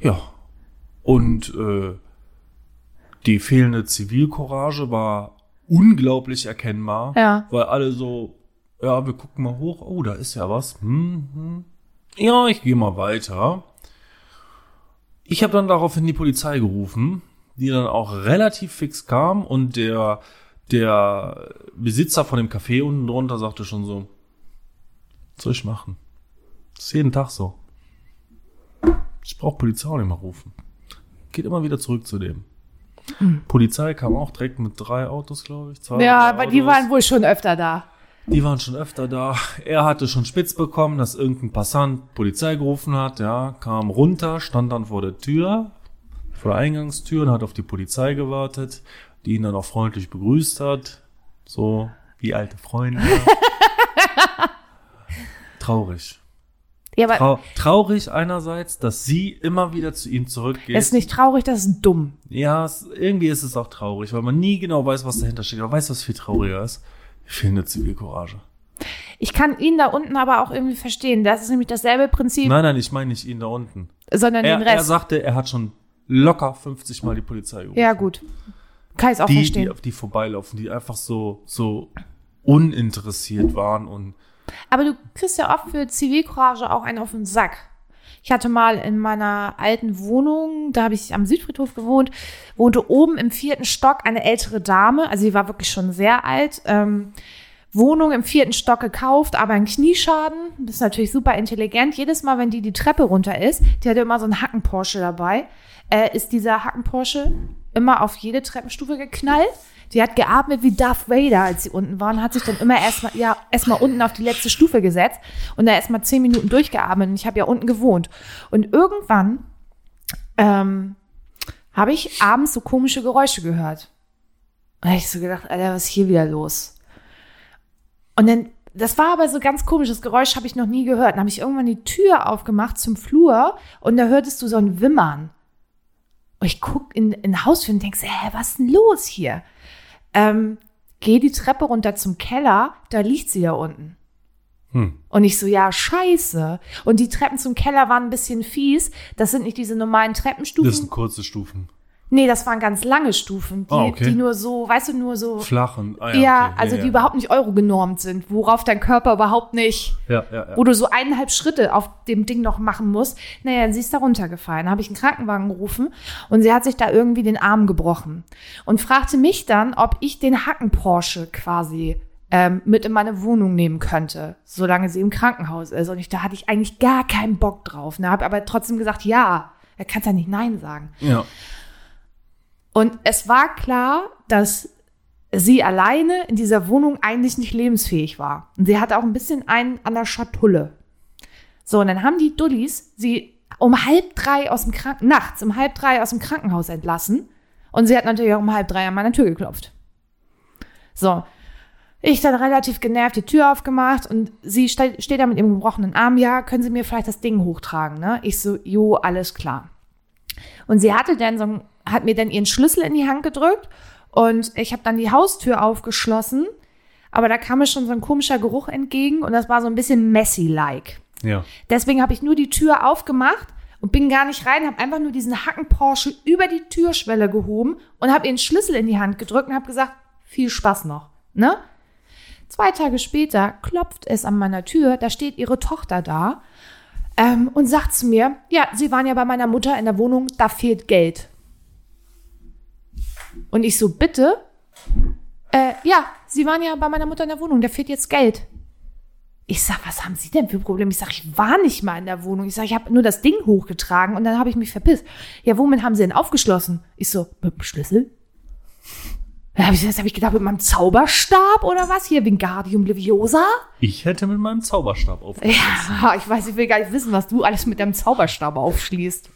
B: Ja. Und äh, die fehlende Zivilcourage war unglaublich erkennbar,
A: Ja.
B: weil alle so, ja, wir gucken mal hoch, oh, da ist ja was. Hm, hm. Ja, ich gehe mal weiter. Ich habe dann daraufhin die Polizei gerufen, die dann auch relativ fix kam und der, der Besitzer von dem Café unten drunter sagte schon so, was soll ich machen? Das ist jeden Tag so. Ich brauche Polizei auch nicht mal rufen. Geht immer wieder zurück zu dem. Polizei kam auch direkt mit drei Autos, glaube ich. Zwei
A: Hm. Ja,
B: drei
A: aber die
B: Autos.
A: waren wohl schon öfter da.
B: Die waren schon öfter da. Er hatte schon spitz bekommen, dass irgendein Passant Polizei gerufen hat. Ja, kam runter, stand dann vor der Tür, vor der Eingangstür und hat auf die Polizei gewartet, die ihn dann auch freundlich begrüßt hat. So wie alte Freunde. Traurig.
A: Ja, aber
B: Trau traurig einerseits, dass sie immer wieder zu ihm zurückgeht.
A: ist nicht traurig, das ist dumm.
B: Ja, es, irgendwie ist es auch traurig, weil man nie genau weiß, was dahinter steht. Aber weißt du, was viel trauriger ist? Fehlende Zivilcourage.
A: Ich kann ihn da unten aber auch irgendwie verstehen. Das ist nämlich dasselbe Prinzip,
B: Nein, nein, ich meine nicht ihn da unten.
A: sondern
B: Ne? Er,
A: den
B: er
A: Rest.
B: sagte, er hat schon locker 50 Mal die Polizei gerufen.
A: ja, gut. Kann ich auch
B: die, die
A: verstehen.
B: auf die vorbeilaufen, die einfach so, so uninteressiert waren und
A: Aber du kriegst ja oft für Zivilcourage auch einen auf den Sack. Ich hatte mal in meiner alten Wohnung, da habe ich am Südfriedhof gewohnt, wohnte oben im vierten Stock eine ältere Dame, also sie war wirklich schon sehr alt. Ähm, Wohnung im vierten Stock gekauft, aber einen Knieschaden. Das ist natürlich super intelligent. Jedes Mal, wenn die die Treppe runter ist, die hatte immer so einen Hacken-Porsche dabei, äh, ist dieser Hacken-Porsche immer auf jede Treppenstufe geknallt. Die hat geatmet wie Darth Vader, als sie unten war und hat sich dann immer erstmal, ja, erstmal unten auf die letzte Stufe gesetzt und da erstmal zehn Minuten durchgeatmet. Und ich habe ja unten gewohnt. Und irgendwann ähm, habe ich abends so komische Geräusche gehört. Da habe ich so gedacht, Alter, was ist hier wieder los? Und dann, das war aber so ganz komisch, das Geräusch habe ich noch nie gehört. Dann habe ich irgendwann die Tür aufgemacht zum Flur und da hörtest du so ein Wimmern. Und ich guck in, in den Haustür und denkst, hä, was ist denn los hier? Ähm, geh die Treppe runter zum Keller, da liegt sie ja unten.
B: hm,
A: Und ich so, ja, scheiße. Und die Treppen zum Keller waren ein bisschen fies. Das sind nicht diese normalen Treppenstufen.
B: das sind kurze Stufen.
A: nee, das waren ganz lange Stufen, die,
B: Ah, okay.
A: die nur so, weißt du, nur so.
B: Flach und ah,
A: ja,
B: okay,
A: also die überhaupt nicht eurogenormt sind, worauf dein Körper überhaupt nicht
B: Ja, ja, ja.
A: wo du so eineinhalb Schritte auf dem Ding noch machen musst. Naja, sie ist da runtergefallen. Da habe ich einen Krankenwagen gerufen und sie hat sich da irgendwie den Arm gebrochen und fragte mich dann, ob ich den Hacken Porsche quasi ähm, mit in meine Wohnung nehmen könnte, solange sie im Krankenhaus ist. Und ich, da hatte ich eigentlich gar keinen Bock drauf. Ne? Habe aber trotzdem gesagt, ja, er kann ja nicht Nein sagen.
B: ja.
A: Und es war klar, dass sie alleine in dieser Wohnung eigentlich nicht lebensfähig war. Und sie hatte auch ein bisschen einen an der Schatulle. So, und dann haben die Dullis sie um halb drei aus dem Kranken nachts um halb drei aus dem Krankenhaus entlassen. Und sie hat natürlich auch um halb drei an meiner Tür geklopft. So. Ich dann relativ genervt die Tür aufgemacht und sie ste steht da mit ihrem gebrochenen Arm. Ja, können Sie mir vielleicht das Ding hochtragen, ne? Ich so, jo, alles klar. Und sie hatte dann so, einen- hat mir dann ihren Schlüssel in die Hand gedrückt und ich habe dann die Haustür aufgeschlossen. aber da kam mir schon so ein komischer Geruch entgegen und das war so ein bisschen messy-like.
B: Ja.
A: Deswegen habe ich nur die Tür aufgemacht und bin gar nicht rein, habe einfach nur diesen Hacken Porsche über die Türschwelle gehoben und habe ihren Schlüssel in die Hand gedrückt und habe gesagt, viel Spaß noch, ne? Zwei Tage später klopft es an meiner Tür, da steht ihre Tochter da ähm, und sagt zu mir, ja, sie waren ja bei meiner Mutter in der Wohnung, da fehlt Geld. Und ich so, bitte? Äh, ja, sie waren ja bei meiner Mutter in der Wohnung, da fehlt jetzt Geld. Ich sag, was haben Sie denn für Probleme? Ich sag, ich war nicht mal in der Wohnung. Ich sag, ich habe nur das Ding hochgetragen und dann habe ich mich verpisst. Ja, womit haben Sie denn aufgeschlossen? Ich so, mit dem Schlüssel? Da habe ich, das hab ich gedacht, mit meinem Zauberstab oder was? Hier, Wingardium Leviosa?
B: Ich hätte mit meinem Zauberstab auf.
A: Ja, ich weiß, ich will gar nicht wissen, was du alles mit deinem Zauberstab aufschließt.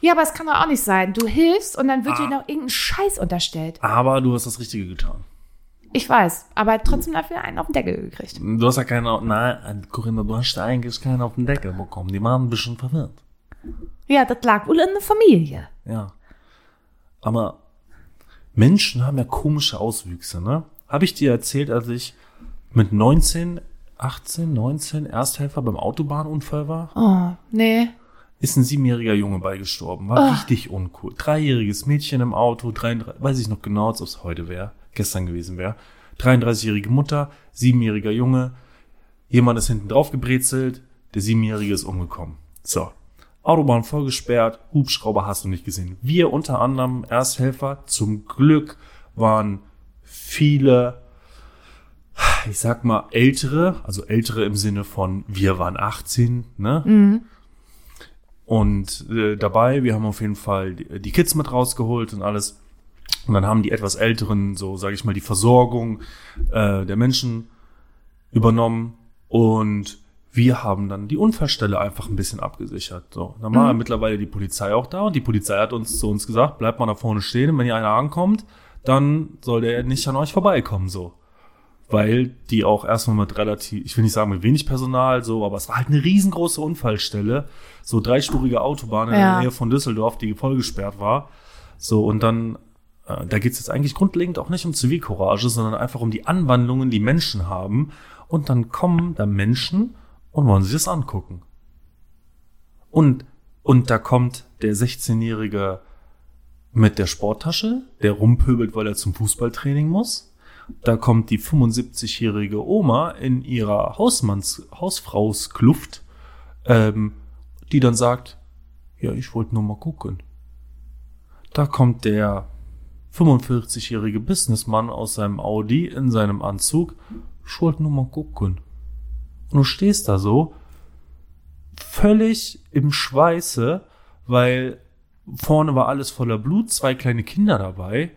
A: ja, aber es kann doch auch nicht sein. Du hilfst und dann wird dir noch irgendein Scheiß unterstellt.
B: Aber du hast das Richtige getan.
A: Ich weiß, aber trotzdem dafür einen auf den Deckel gekriegt.
B: Du hast ja keine. Nein, Corinna, du hast ja eigentlich keinen auf den Deckel bekommen. Die waren ein bisschen verwirrt.
A: Ja, das lag wohl in der Familie.
B: Ja. Aber Menschen haben ja komische Auswüchse, ne? Habe ich dir erzählt, als ich mit 19, 18, 19 Ersthelfer beim Autobahnunfall war?
A: Oh, nee.
B: ist ein siebenjähriger Junge beigestorben. War richtig uncool. Dreijähriges Mädchen im Auto, 33, weiß ich noch genau, als ob es heute wäre, gestern gewesen wäre. 33-jährige Mutter, siebenjähriger Junge. Jemand ist hinten drauf gebrezelt, der siebenjährige ist umgekommen. So. Autobahn vollgesperrt, Hubschrauber hast du nicht gesehen. Wir unter anderem Ersthelfer, zum Glück waren viele ich sag mal, ältere, also ältere im Sinne von wir waren 18, ne? Und äh, dabei, wir haben auf jeden Fall die die Kids mit rausgeholt und alles. Und dann haben die etwas älteren, so sage ich mal, die Versorgung äh, der Menschen übernommen. Und wir haben dann die Unfallstelle einfach ein bisschen abgesichert. So, dann war mittlerweile die Polizei auch da und die Polizei hat uns zu uns gesagt, bleibt mal da vorne stehen, und wenn hier einer ankommt, dann soll der nicht an euch vorbeikommen. So weil die auch erstmal mit relativ, ich will nicht sagen mit wenig Personal, so, aber es war halt eine riesengroße Unfallstelle. So dreistufige Autobahn in der
A: Ja.
B: Nähe von Düsseldorf, die vollgesperrt war. So, und dann, äh, da geht's jetzt eigentlich grundlegend auch nicht um Zivilcourage, sondern einfach um die Anwandlungen, die Menschen haben. Und dann kommen da Menschen und wollen sich das angucken. Und, und da kommt der 16-Jährige mit der Sporttasche, der rumpöbelt, weil er zum Fußballtraining muss. Da kommt die 75-jährige Oma in ihrer Hausmanns Hausfrauskluft, ähm, die dann sagt, ja, ich wollte nur mal gucken. Da kommt der 45-jährige Businessmann aus seinem Audi in seinem Anzug, ich wollte nur mal gucken. Und du stehst da so, völlig im Schweiße, weil vorne war alles voller Blut, zwei kleine Kinder dabei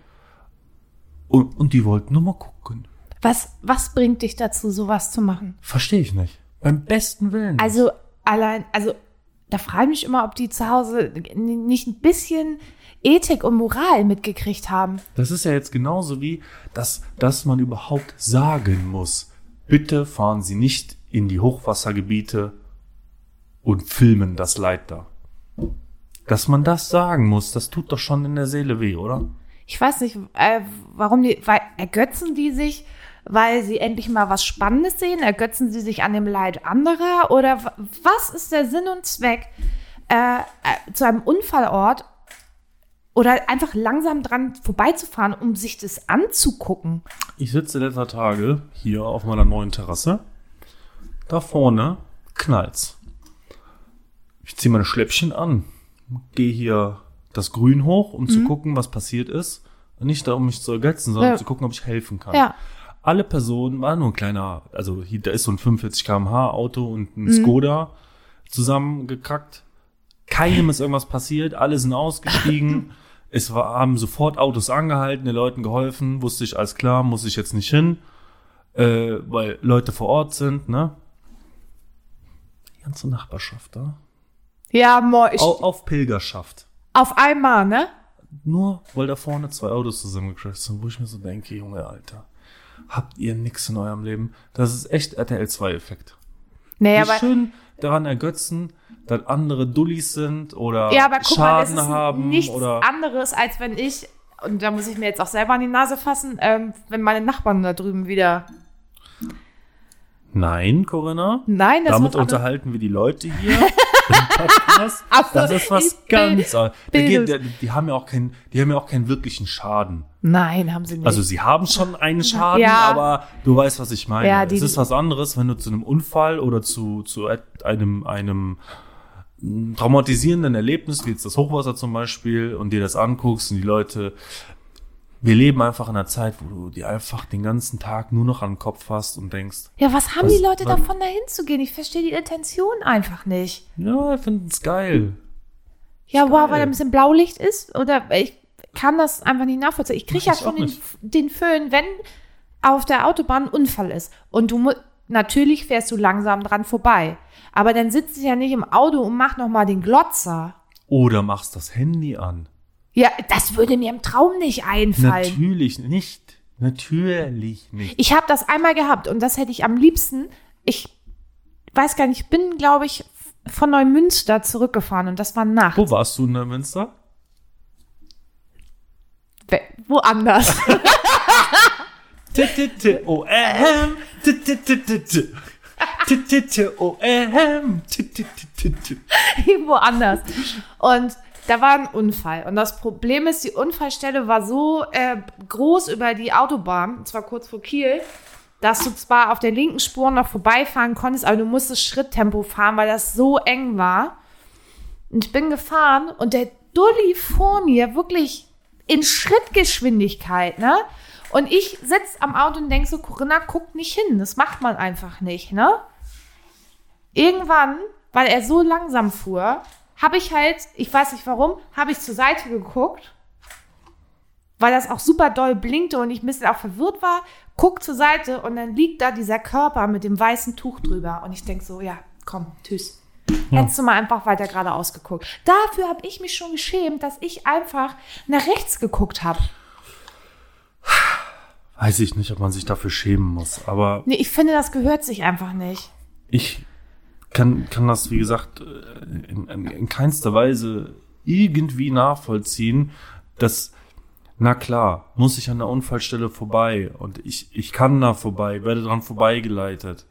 B: und, und die wollten nur mal gucken.
A: Was, was bringt dich dazu, sowas zu machen?
B: Verstehe ich nicht. Beim besten Willen.
A: Also, allein, also, da frage ich mich immer, ob die zu Hause n- nicht ein bisschen Ethik und Moral mitgekriegt haben.
B: Das ist ja jetzt genauso wie, dass, dass man überhaupt sagen muss, bitte fahren Sie nicht in die Hochwassergebiete und filmen das Leid da. Dass man das sagen muss, das tut doch schon in der Seele weh, oder?
A: Ich weiß nicht, äh, warum die, weil ergötzen die sich, weil sie endlich mal was Spannendes sehen? Ergötzen sie sich an dem Leid anderer? Oder w- was ist der Sinn und Zweck, äh, äh, zu einem Unfallort oder einfach langsam dran vorbeizufahren, um sich das anzugucken?
B: Ich sitze letzter Tage hier auf meiner neuen Terrasse. Da vorne knallt's. Ich ziehe meine Schläppchen an, gehe hier das Grün hoch, um zu gucken, was passiert ist. Und nicht da, um mich zu ergötzen, sondern
A: Mhm. Ja.
B: um zu gucken, ob ich helfen kann.
A: Ja.
B: Alle Personen waren nur ein kleiner, also hier, da ist so ein 45 km/h Auto und
A: Mhm.
B: ein Skoda zusammengekackt. Keinem ist irgendwas passiert, alle sind ausgestiegen. Es war, haben sofort Autos angehalten, den Leuten geholfen, wusste ich, alles klar, muss ich jetzt nicht hin, äh, weil Leute vor Ort sind, ne? Die ganze Nachbarschaft da.
A: Ja, moi, ich,
B: Au, auf Pilgerschaft.
A: auf einmal, ne?
B: Nur weil da vorne zwei Autos zusammengecrashed sind, wo ich mir so denke, Junge, Alter, habt ihr nix in eurem Leben? Das ist echt RTL-2-Effekt.
A: Nee,
B: Wie
A: aber,
B: schön daran ergötzen, dass andere Dullis sind oder
A: ja, aber guck mal, das
B: Schaden
A: ist
B: haben
A: nichts
B: oder
A: anderes, als wenn ich und da muss ich mir jetzt auch selber an die Nase fassen, ähm, wenn meine Nachbarn da drüben wieder.
B: Nein, Corinna.
A: Nein, das
B: Damit
A: muss alles-
B: unterhalten wir die Leute hier. im Podcast.
A: Ach so,
B: das ist was
A: ich bin-
B: ganz anderes. Da
A: Bildungs-
B: geht- Die, die haben ja auch keinen, die haben ja auch keinen wirklichen Schaden.
A: Nein, haben sie nicht.
B: Also sie haben schon einen Schaden,
A: Mhm. Ja.
B: aber du weißt, was ich meine.
A: Ja, die-
B: es ist was anderes, wenn du zu einem Unfall oder zu, zu et- einem, einem mm, traumatisierenden Erlebnis, wie jetzt das Hochwasser zum Beispiel, und dir das anguckst und die Leute. Wir leben einfach in einer Zeit, wo du dir einfach den ganzen Tag nur noch an den Kopf fasst und denkst,
A: ja, was haben
B: was-
A: die Leute
B: was-
A: davon, da hinzugehen? Ich verstehe die Intention einfach nicht.
B: ja, wir finden's geil.
A: Ja, wow,
B: Geil.
A: weil da ein bisschen Blaulicht ist. Oder ich kann das einfach nicht nachvollziehen. Ich kriege ja
B: ich auch
A: schon den,
B: nicht.
A: den Föhn, wenn auf der Autobahn ein Unfall ist. Und du mu- natürlich fährst du langsam dran vorbei. Aber dann sitzt du ja nicht im Auto und mach nochmal den Glotzer.
B: Oder machst das Handy an.
A: Ja, das würde mir im Traum nicht einfallen.
B: Natürlich nicht. Natürlich nicht.
A: Ich habe das einmal gehabt und das hätte ich am liebsten. Ich weiß gar nicht, ich bin, glaube ich, von Neumünster zurückgefahren und das war Nacht.
B: Wo warst du in der Münster?
A: We- Woanders.
B: T-T-T-O-M. T-T-T-T-T. T-T-T-O-M. T-T-T-T-T.
A: irgendwo anders. Und da war ein Unfall. Und das Problem ist, die Unfallstelle war so äh, groß über die Autobahn, und zwar kurz vor Kiel, dass du zwar auf der linken Spur noch vorbeifahren konntest, aber du musstest Schritttempo fahren, weil das so eng war. Und ich bin gefahren und der Dulli vor mir wirklich in Schrittgeschwindigkeit, ne? Und ich sitze am Auto und denke so, Corinna, guck nicht hin. Das macht man einfach nicht, ne? irgendwann, weil er so langsam fuhr, habe ich halt, ich weiß nicht warum, habe ich zur Seite geguckt, weil das auch super doll blinkte und ich ein bisschen auch verwirrt war, guck zur Seite und dann liegt da dieser Körper mit dem weißen Tuch drüber und ich denk so, ja, komm, tschüss. Hättest du mal einfach weiter geradeaus geguckt. Dafür habe ich mich schon geschämt, dass ich einfach nach rechts geguckt habe.
B: Weiß ich nicht, ob man sich dafür schämen muss, aber
A: Nee, ich finde, das gehört sich einfach nicht.
B: ich kann, kann das, wie gesagt, äh, in, in, in keinster Weise irgendwie nachvollziehen, dass, na klar, muss ich an der Unfallstelle vorbei und ich, ich kann da vorbei, werde dran vorbeigeleitet,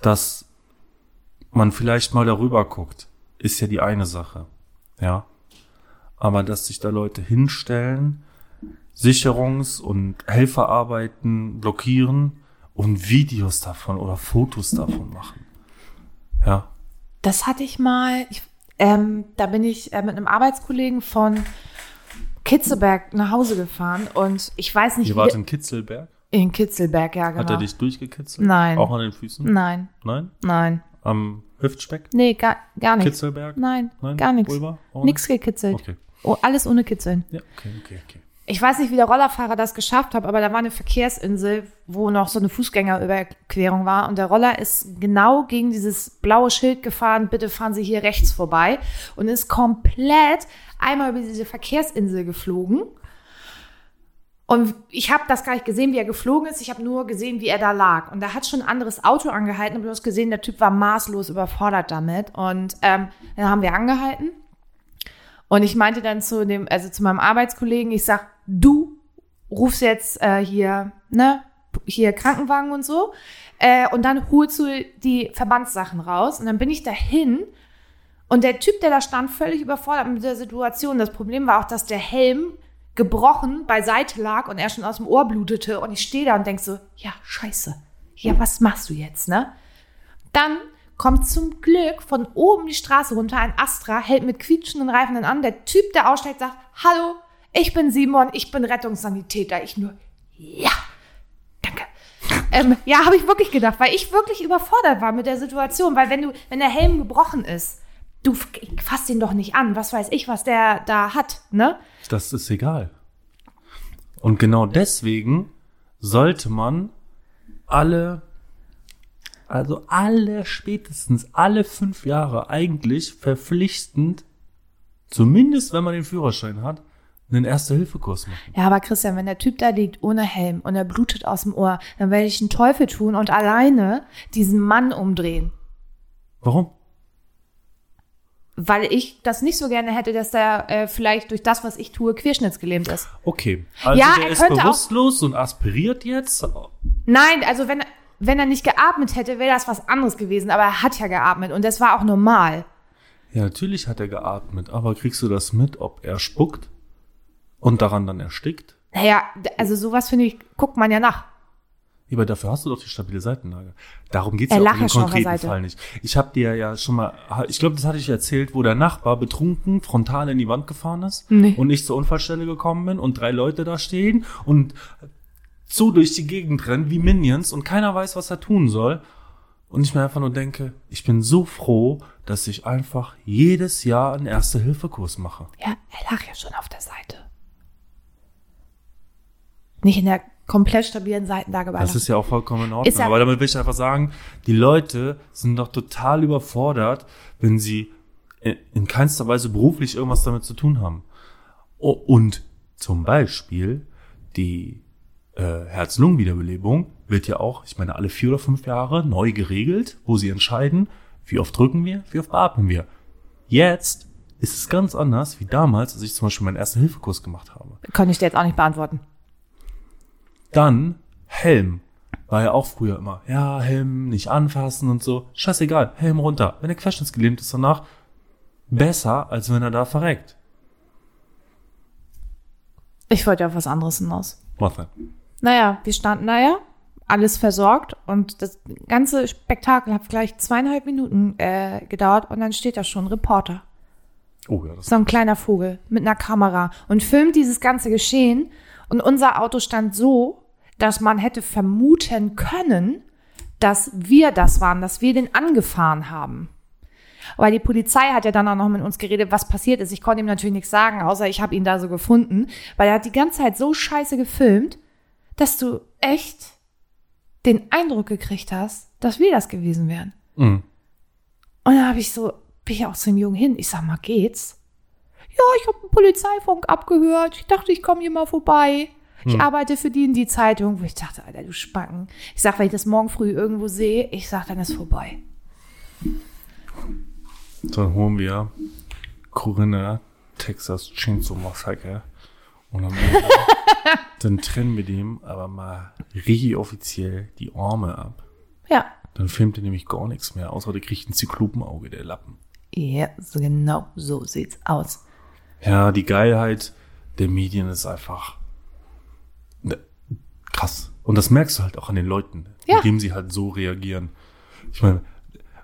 B: dass man vielleicht mal darüber guckt, ist ja die eine Sache, ja. Aber dass sich da Leute hinstellen, Sicherungs- und Helferarbeiten blockieren und Videos davon oder Fotos davon machen. Ja.
A: Das hatte ich mal. Ich, ähm, da bin ich äh, mit einem Arbeitskollegen von Kitzelberg nach Hause gefahren und ich weiß nicht,
B: Ihr
A: wie
B: wart in Kitzelberg.
A: in Kitzelberg, ja, genau.
B: Hat er dich durchgekitzelt?
A: Nein.
B: Auch an den Füßen?
A: Nein,
B: Nein?
A: nein,
B: Am Hüftspeck?
A: nee, gar, gar nichts.
B: Kitzelberg?
A: Nein,
B: Nein?
A: gar nichts.
B: Pulver? Auch
A: Nix gekitzelt.
B: Okay.
A: Oh, alles ohne Kitzeln.
B: Ja, okay, okay, okay.
A: Ich weiß nicht, wie der Rollerfahrer das geschafft hat, aber da war eine Verkehrsinsel, wo noch so eine Fußgängerüberquerung war und der Roller ist genau gegen dieses blaue Schild gefahren, bitte fahren Sie hier rechts vorbei und ist komplett einmal über diese Verkehrsinsel geflogen. Und ich habe das gar nicht gesehen, wie er geflogen ist. Ich habe nur gesehen, wie er da lag. Und da hat schon ein anderes Auto angehalten. Und du hast gesehen, der Typ war maßlos überfordert damit. Und ähm, dann haben wir angehalten. Und ich meinte dann zu dem, also zu meinem Arbeitskollegen, ich sag, du rufst jetzt äh, hier, ne, hier Krankenwagen und so. Äh, und dann holst du die Verbandssachen raus. Und dann bin ich dahin. Und der Typ, der da stand, völlig überfordert mit der Situation. Das Problem war auch, dass der Helm gebrochen beiseite lag und er schon aus dem Ohr blutete. Und ich stehe da und denk so, ja, scheiße. Ja, was machst du jetzt, ne? Dann kommt zum Glück von oben die Straße runter ein Astra, hält mit quietschenden Reifen dann an. Der Typ, der aussteigt, sagt, hallo, ich bin Simon, ich bin Rettungssanitäter. Ich nur, ja, danke. Ähm, ja, habe ich wirklich gedacht, weil ich wirklich überfordert war mit der Situation. Weil wenn du, wenn der Helm gebrochen ist, du f- fasst ihn doch nicht an. Was weiß ich, was der da hat, ne?
B: Das ist egal. Und genau deswegen sollte man alle, also alle spätestens alle fünf Jahre eigentlich verpflichtend, zumindest wenn man den Führerschein hat, einen Erste-Hilfe-Kurs machen.
A: Ja, aber Christian, wenn der Typ da liegt ohne Helm und er blutet aus dem Ohr, dann werde ich einen Teufel tun und alleine diesen Mann umdrehen.
B: Warum?
A: weil ich das nicht so gerne hätte, dass der äh, vielleicht durch das, was ich tue, querschnittsgelähmt ist.
B: Okay. Also
A: Ja,
B: der
A: er
B: ist
A: könnte auch-
B: bewusstlos und aspiriert jetzt.
A: Nein, also wenn, wenn er nicht geatmet hätte, wäre das was anderes gewesen. Aber er hat ja geatmet und das war auch normal.
B: Ja, natürlich hat er geatmet, aber kriegst du das mit, ob er spuckt und daran dann erstickt?
A: Naja, d- also sowas finde ich, guckt man ja nach.
B: Ja, aber dafür hast du doch die stabile Seitenlage. Darum geht's
A: Er
B: ja
A: lag
B: auch
A: ja
B: im
A: schon auf der
B: konkreten
A: Seite.
B: Fall nicht. Ich habe dir ja schon mal, ich glaube, das hatte ich erzählt, wo der Nachbar betrunken frontal in die Wand gefahren ist
A: Nee.
B: und ich zur Unfallstelle gekommen bin und drei Leute da stehen und so durch die Gegend rennen wie Minions und keiner weiß, was er tun soll. Und ich mir einfach nur denke, ich bin so froh, dass ich einfach jedes Jahr einen Erste-Hilfe-Kurs mache.
A: Ja, er lag ja schon auf der Seite. Nicht in der komplett stabilen Seitenlage, aber er
B: Das
A: lag-
B: ist ja auch vollkommen in Ordnung.
A: Ist ja-
B: Aber damit will ich einfach sagen, die Leute sind doch total überfordert, wenn sie in- in keinster Weise beruflich irgendwas damit zu tun haben. O- Und zum Beispiel die äh, Herz-Lungen-Wiederbelebung wird ja auch, ich meine, alle vier oder fünf Jahre neu geregelt, wo sie entscheiden, wie oft drücken wir, wie oft beatmen wir. Jetzt ist es ganz anders wie damals, als ich zum Beispiel meinen Erste-Hilfe-Kurs gemacht habe.
A: Kann ich dir jetzt auch nicht beantworten.
B: Dann Helm. War ja auch früher immer. Ja, Helm nicht anfassen und so. Scheißegal, Helm runter. Wenn er querschnittsgelähmt ist danach, besser, als wenn er da verreckt.
A: Ich wollte auf was anderes hinaus.
B: Was denn?
A: Naja, wir standen da ja, alles versorgt und das ganze Spektakel hat gleich zweieinhalb Minuten äh, gedauert und dann steht da schon ein Reporter,
B: Oh ja, das
A: so ein kleiner Vogel mit einer Kamera und filmt dieses ganze Geschehen und unser Auto stand so, dass man hätte vermuten können, dass wir das waren, dass wir den angefahren haben. Weil die Polizei hat ja dann auch noch mit uns geredet, was passiert ist. Ich konnte ihm natürlich nichts sagen, außer ich habe ihn da so gefunden, weil er hat die ganze Zeit so scheiße gefilmt, dass du echt den Eindruck gekriegt hast, dass wir das gewesen wären.
B: Mhm.
A: Und da habe ich so, bin ich auch zu dem Jungen hin. Ich sag mal, geht's? Ja, ich habe einen Polizeifunk abgehört. Ich dachte, ich komme hier mal vorbei.
B: Hm.
A: Ich arbeite für die in die Zeitung, wo ich dachte, Alter, du Spacken. Ich sag, wenn ich das morgen früh irgendwo sehe, ich sag, dann ist vorbei.
B: Dann holen wir Corinna, Texas Chainsaw Massacre. Und dann, dann trennen wir dem aber mal richtig offiziell die Arme ab.
A: Ja.
B: Dann filmt er nämlich gar nichts mehr, außer der kriegt ein Zyklopenauge, der Lappen.
A: Ja, so genau so sieht's aus.
B: Ja, die Geilheit der Medien ist einfach ne, krass. Und das merkst du halt auch an den Leuten,
A: Ja.
B: indem sie halt so reagieren. Ich meine,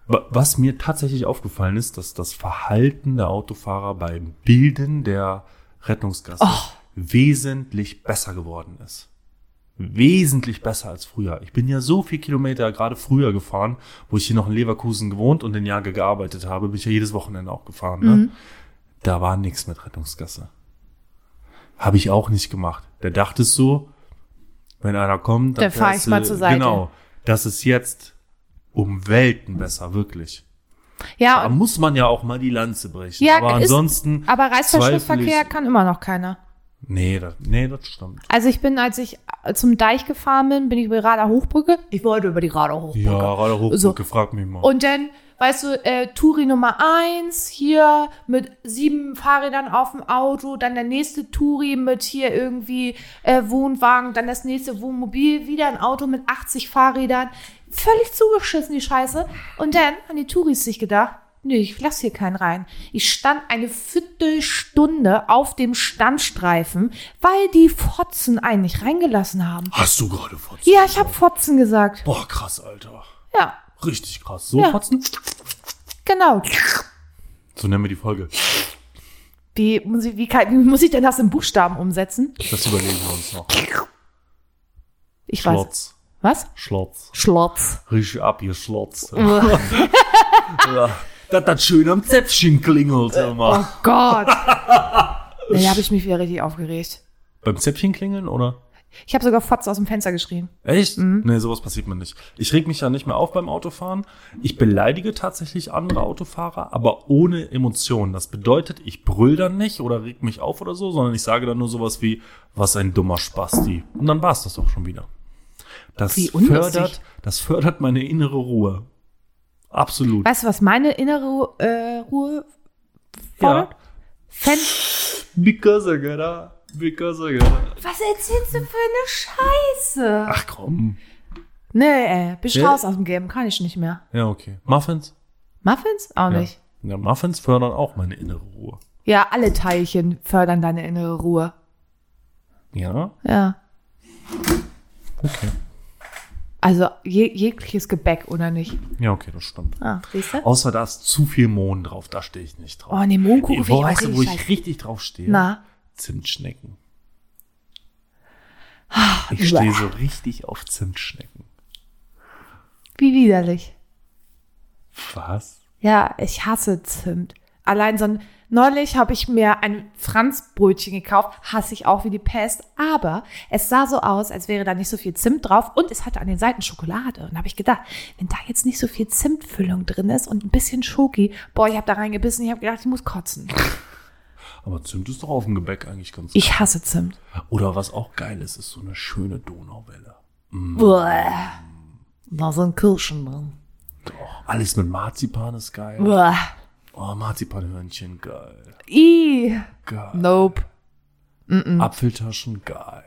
B: wa- was mir tatsächlich aufgefallen ist, dass das Verhalten der Autofahrer beim Bilden der Rettungsgasse wesentlich besser geworden ist. Wesentlich besser als früher. Ich bin ja so viel Kilometer gerade früher gefahren, wo ich hier noch in Leverkusen gewohnt und in Jage gearbeitet habe, bin ich ja jedes Wochenende auch gefahren. Ne? Da war nichts mit Rettungsgasse. Habe ich auch nicht gemacht. Da dachte es so, wenn einer kommt,
A: Dann fahr
B: fährst
A: ich mal
B: du-
A: zur Seite.
B: Genau. Das ist jetzt um Welten besser, wirklich.
A: Ja,
B: Da
A: und,
B: muss man ja auch mal die Lanze brechen.
A: Ja,
B: aber
A: ist-
B: ansonsten.
A: aber Reißverschlussverkehr
B: zweifle
A: kann immer noch keiner.
B: ich- Nee, das, nee, das stimmt.
A: Also ich bin, als ich zum Deich gefahren bin, bin ich über die Radar Hochbrücke. Ich wollte über die Radar Hochbrücke.
B: Ja, gerade hoch,
A: So.
B: gefragt mich mal.
A: Und dann, weißt du, äh, Touri Nummer eins hier mit sieben Fahrrädern auf dem Auto, dann der nächste Touri mit hier irgendwie äh, Wohnwagen, dann das nächste Wohnmobil, wieder ein Auto mit 80 Fahrrädern. Völlig zugeschissen, die Scheiße. Und dann haben die Touris sich gedacht, nee, ich lass hier keinen rein. Ich stand eine Viertelstunde auf dem Standstreifen, weil die Fotzen einen nicht reingelassen haben.
B: Hast du gerade Fotzen?
A: Ja, ich habe Fotzen gesagt.
B: Boah, krass, Alter.
A: Ja,
B: Richtig krass. So
A: Ja.
B: Fotzen?
A: genau.
B: So nennen wir die Folge.
A: Wie muss, ich, wie, kann, wie muss ich denn das in Buchstaben umsetzen?
B: Das überlegen wir uns noch.
A: Ich weiß.
B: Schlotz.
A: Was?
B: Schlotz.
A: Schlotz.
B: Richtig ab, ihr Schlotz.
A: oh
B: Ja. Dass das schön am Zäpfchen klingelt,
A: Äh, oh.
B: immer.
A: Gott. Nee, da habe ich mich wieder richtig aufgeregt.
B: Beim Zäpfchen klingeln, oder?
A: Ich habe sogar Fotz aus dem Fenster geschrien.
B: Echt?
A: Mhm.
B: Nee, sowas passiert mir nicht. Ich reg mich ja nicht mehr auf beim Autofahren. Ich beleidige tatsächlich andere Autofahrer, aber ohne Emotionen. Das bedeutet, ich brüll dann nicht oder reg mich auf oder so, sondern ich sage dann nur sowas wie, was ein dummer Spasti. Und dann war's das auch schon wieder. Das
A: Wie unlustig.
B: fördert, das fördert meine innere Ruhe. Absolut.
A: Weißt du, was meine innere äh, Ruhe fordert? Fan
B: Because I gotta. Because I gotta.
A: Was erzählst du für eine Scheiße?
B: Ach komm.
A: Nee, ey, bist
B: Ja.
A: raus aus dem Game, kann ich nicht mehr.
B: Ja, okay. Muffins?
A: Muffins? Auch
B: Ja.
A: nicht.
B: ja, Muffins fördern auch meine innere Ruhe.
A: Ja, alle Teilchen fördern deine innere Ruhe.
B: Ja?
A: Ja.
B: Okay.
A: Also je, jegliches Gebäck, oder nicht?
B: Ja, okay, das stimmt.
A: Ah, siehst du?
B: Außer da ist zu viel Mohn drauf, da stehe ich nicht drauf.
A: Oh, nee, Mohnkuchen finde
B: Wo
A: ich
B: weißt
A: auch
B: du, wo
A: richtig
B: ich richtig drauf stehe?
A: Na?
B: Zimtschnecken.
A: Ah,
B: Ich stehe so richtig auf Zimtschnecken.
A: Wie widerlich.
B: Was?
A: Ja, ich hasse Zimt. Allein so ein, neulich habe ich mir ein Franzbrötchen gekauft, hasse ich auch wie die Pest, aber es sah so aus, als wäre da nicht so viel Zimt drauf und es hatte an den Seiten Schokolade. Und da habe ich gedacht, wenn da jetzt nicht so viel Zimtfüllung drin ist und ein bisschen Schoki, boah, ich habe da reingebissen, ich habe gedacht, ich muss kotzen.
B: Aber Zimt ist doch auf dem Gebäck eigentlich ganz
A: Ich hasse Zimt.
B: Oder was auch geil ist, ist so eine schöne Donauwelle.
A: Uah. Da sind Kirschen drin.
B: Doch, alles mit Marzipan ist geil.
A: Uah.
B: Oh, Marzipanhörnchen, geil.
A: Ih.
B: Geil.
A: Nope. Mhm.
B: Apfeltaschen, geil.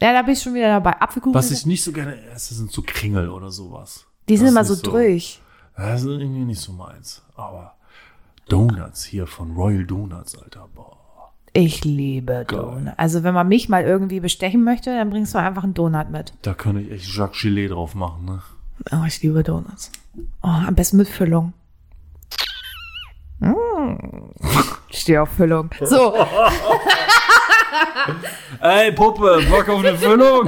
A: Ja, da bin ich schon wieder dabei. Apfelkuchen,
B: Was
A: ist-
B: ich nicht so gerne esse, sind so Kringel oder sowas.
A: die sind
B: Das
A: immer
B: ist
A: so durch.
B: Das ist irgendwie nicht so meins. Aber Donuts hier von Royal Donuts, Alter. Boah.
A: Ich liebe Donuts. Also wenn man mich mal irgendwie bestechen möchte, dann bringst du einfach einen Donut mit.
B: Da könnte ich echt Jacques Gilet drauf machen, ne?
A: Oh, ich liebe Donuts. Oh, am besten mit Füllung. Mm. Ich stehe auf Füllung. So,
B: Ey, Puppe, Bock auf eine Füllung?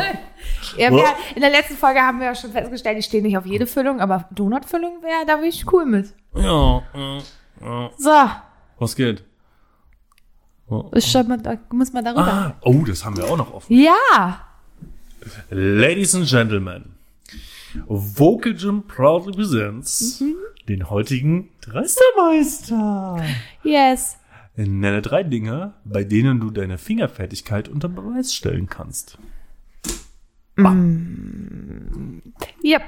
A: ja, wir, in der letzten Folge haben wir ja schon festgestellt, ich stehe nicht auf jede Füllung, aber Donut-Füllung wäre, da bin ich cool mit.
B: ja, äh,
A: So,
B: was geht?
A: ist schon mal, da muss man darüber.
B: Ah, oh, das haben wir auch noch offen.
A: Ja,
B: Ladies and Gentlemen, Vocal Gym proudly presents
A: Mhm.
B: den heutigen Dreistermeister.
A: yes.
B: Nenne drei Dinge, bei denen du deine Fingerfertigkeit unter Beweis stellen kannst.
A: Yep.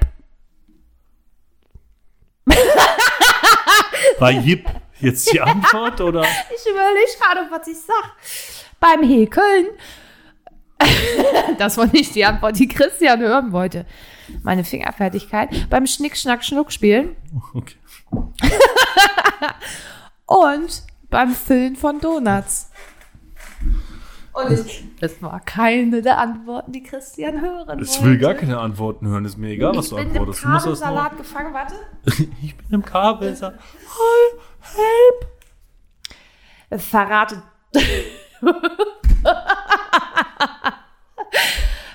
B: War Jip jetzt die Antwort oder?
A: Ich überlege gerade, was ich sag. Beim Häkeln. das war nicht die Antwort, die Christian hören wollte. Meine Fingerfertigkeit. Beim Schnick-Schnack-Schnuck spielen
B: Okay.
A: und beim Füllen von Donuts. Und ich, das war keine der Antworten, die Christian hören wollte.
B: Ich will gar keine Antworten hören, ist mir egal, was
A: Ich
B: du
A: bin im
B: antwortest. Du musst das nur-
A: Kabelsalat gefangen, warte.
B: Ich bin im Kabel. sag-
A: Verrate.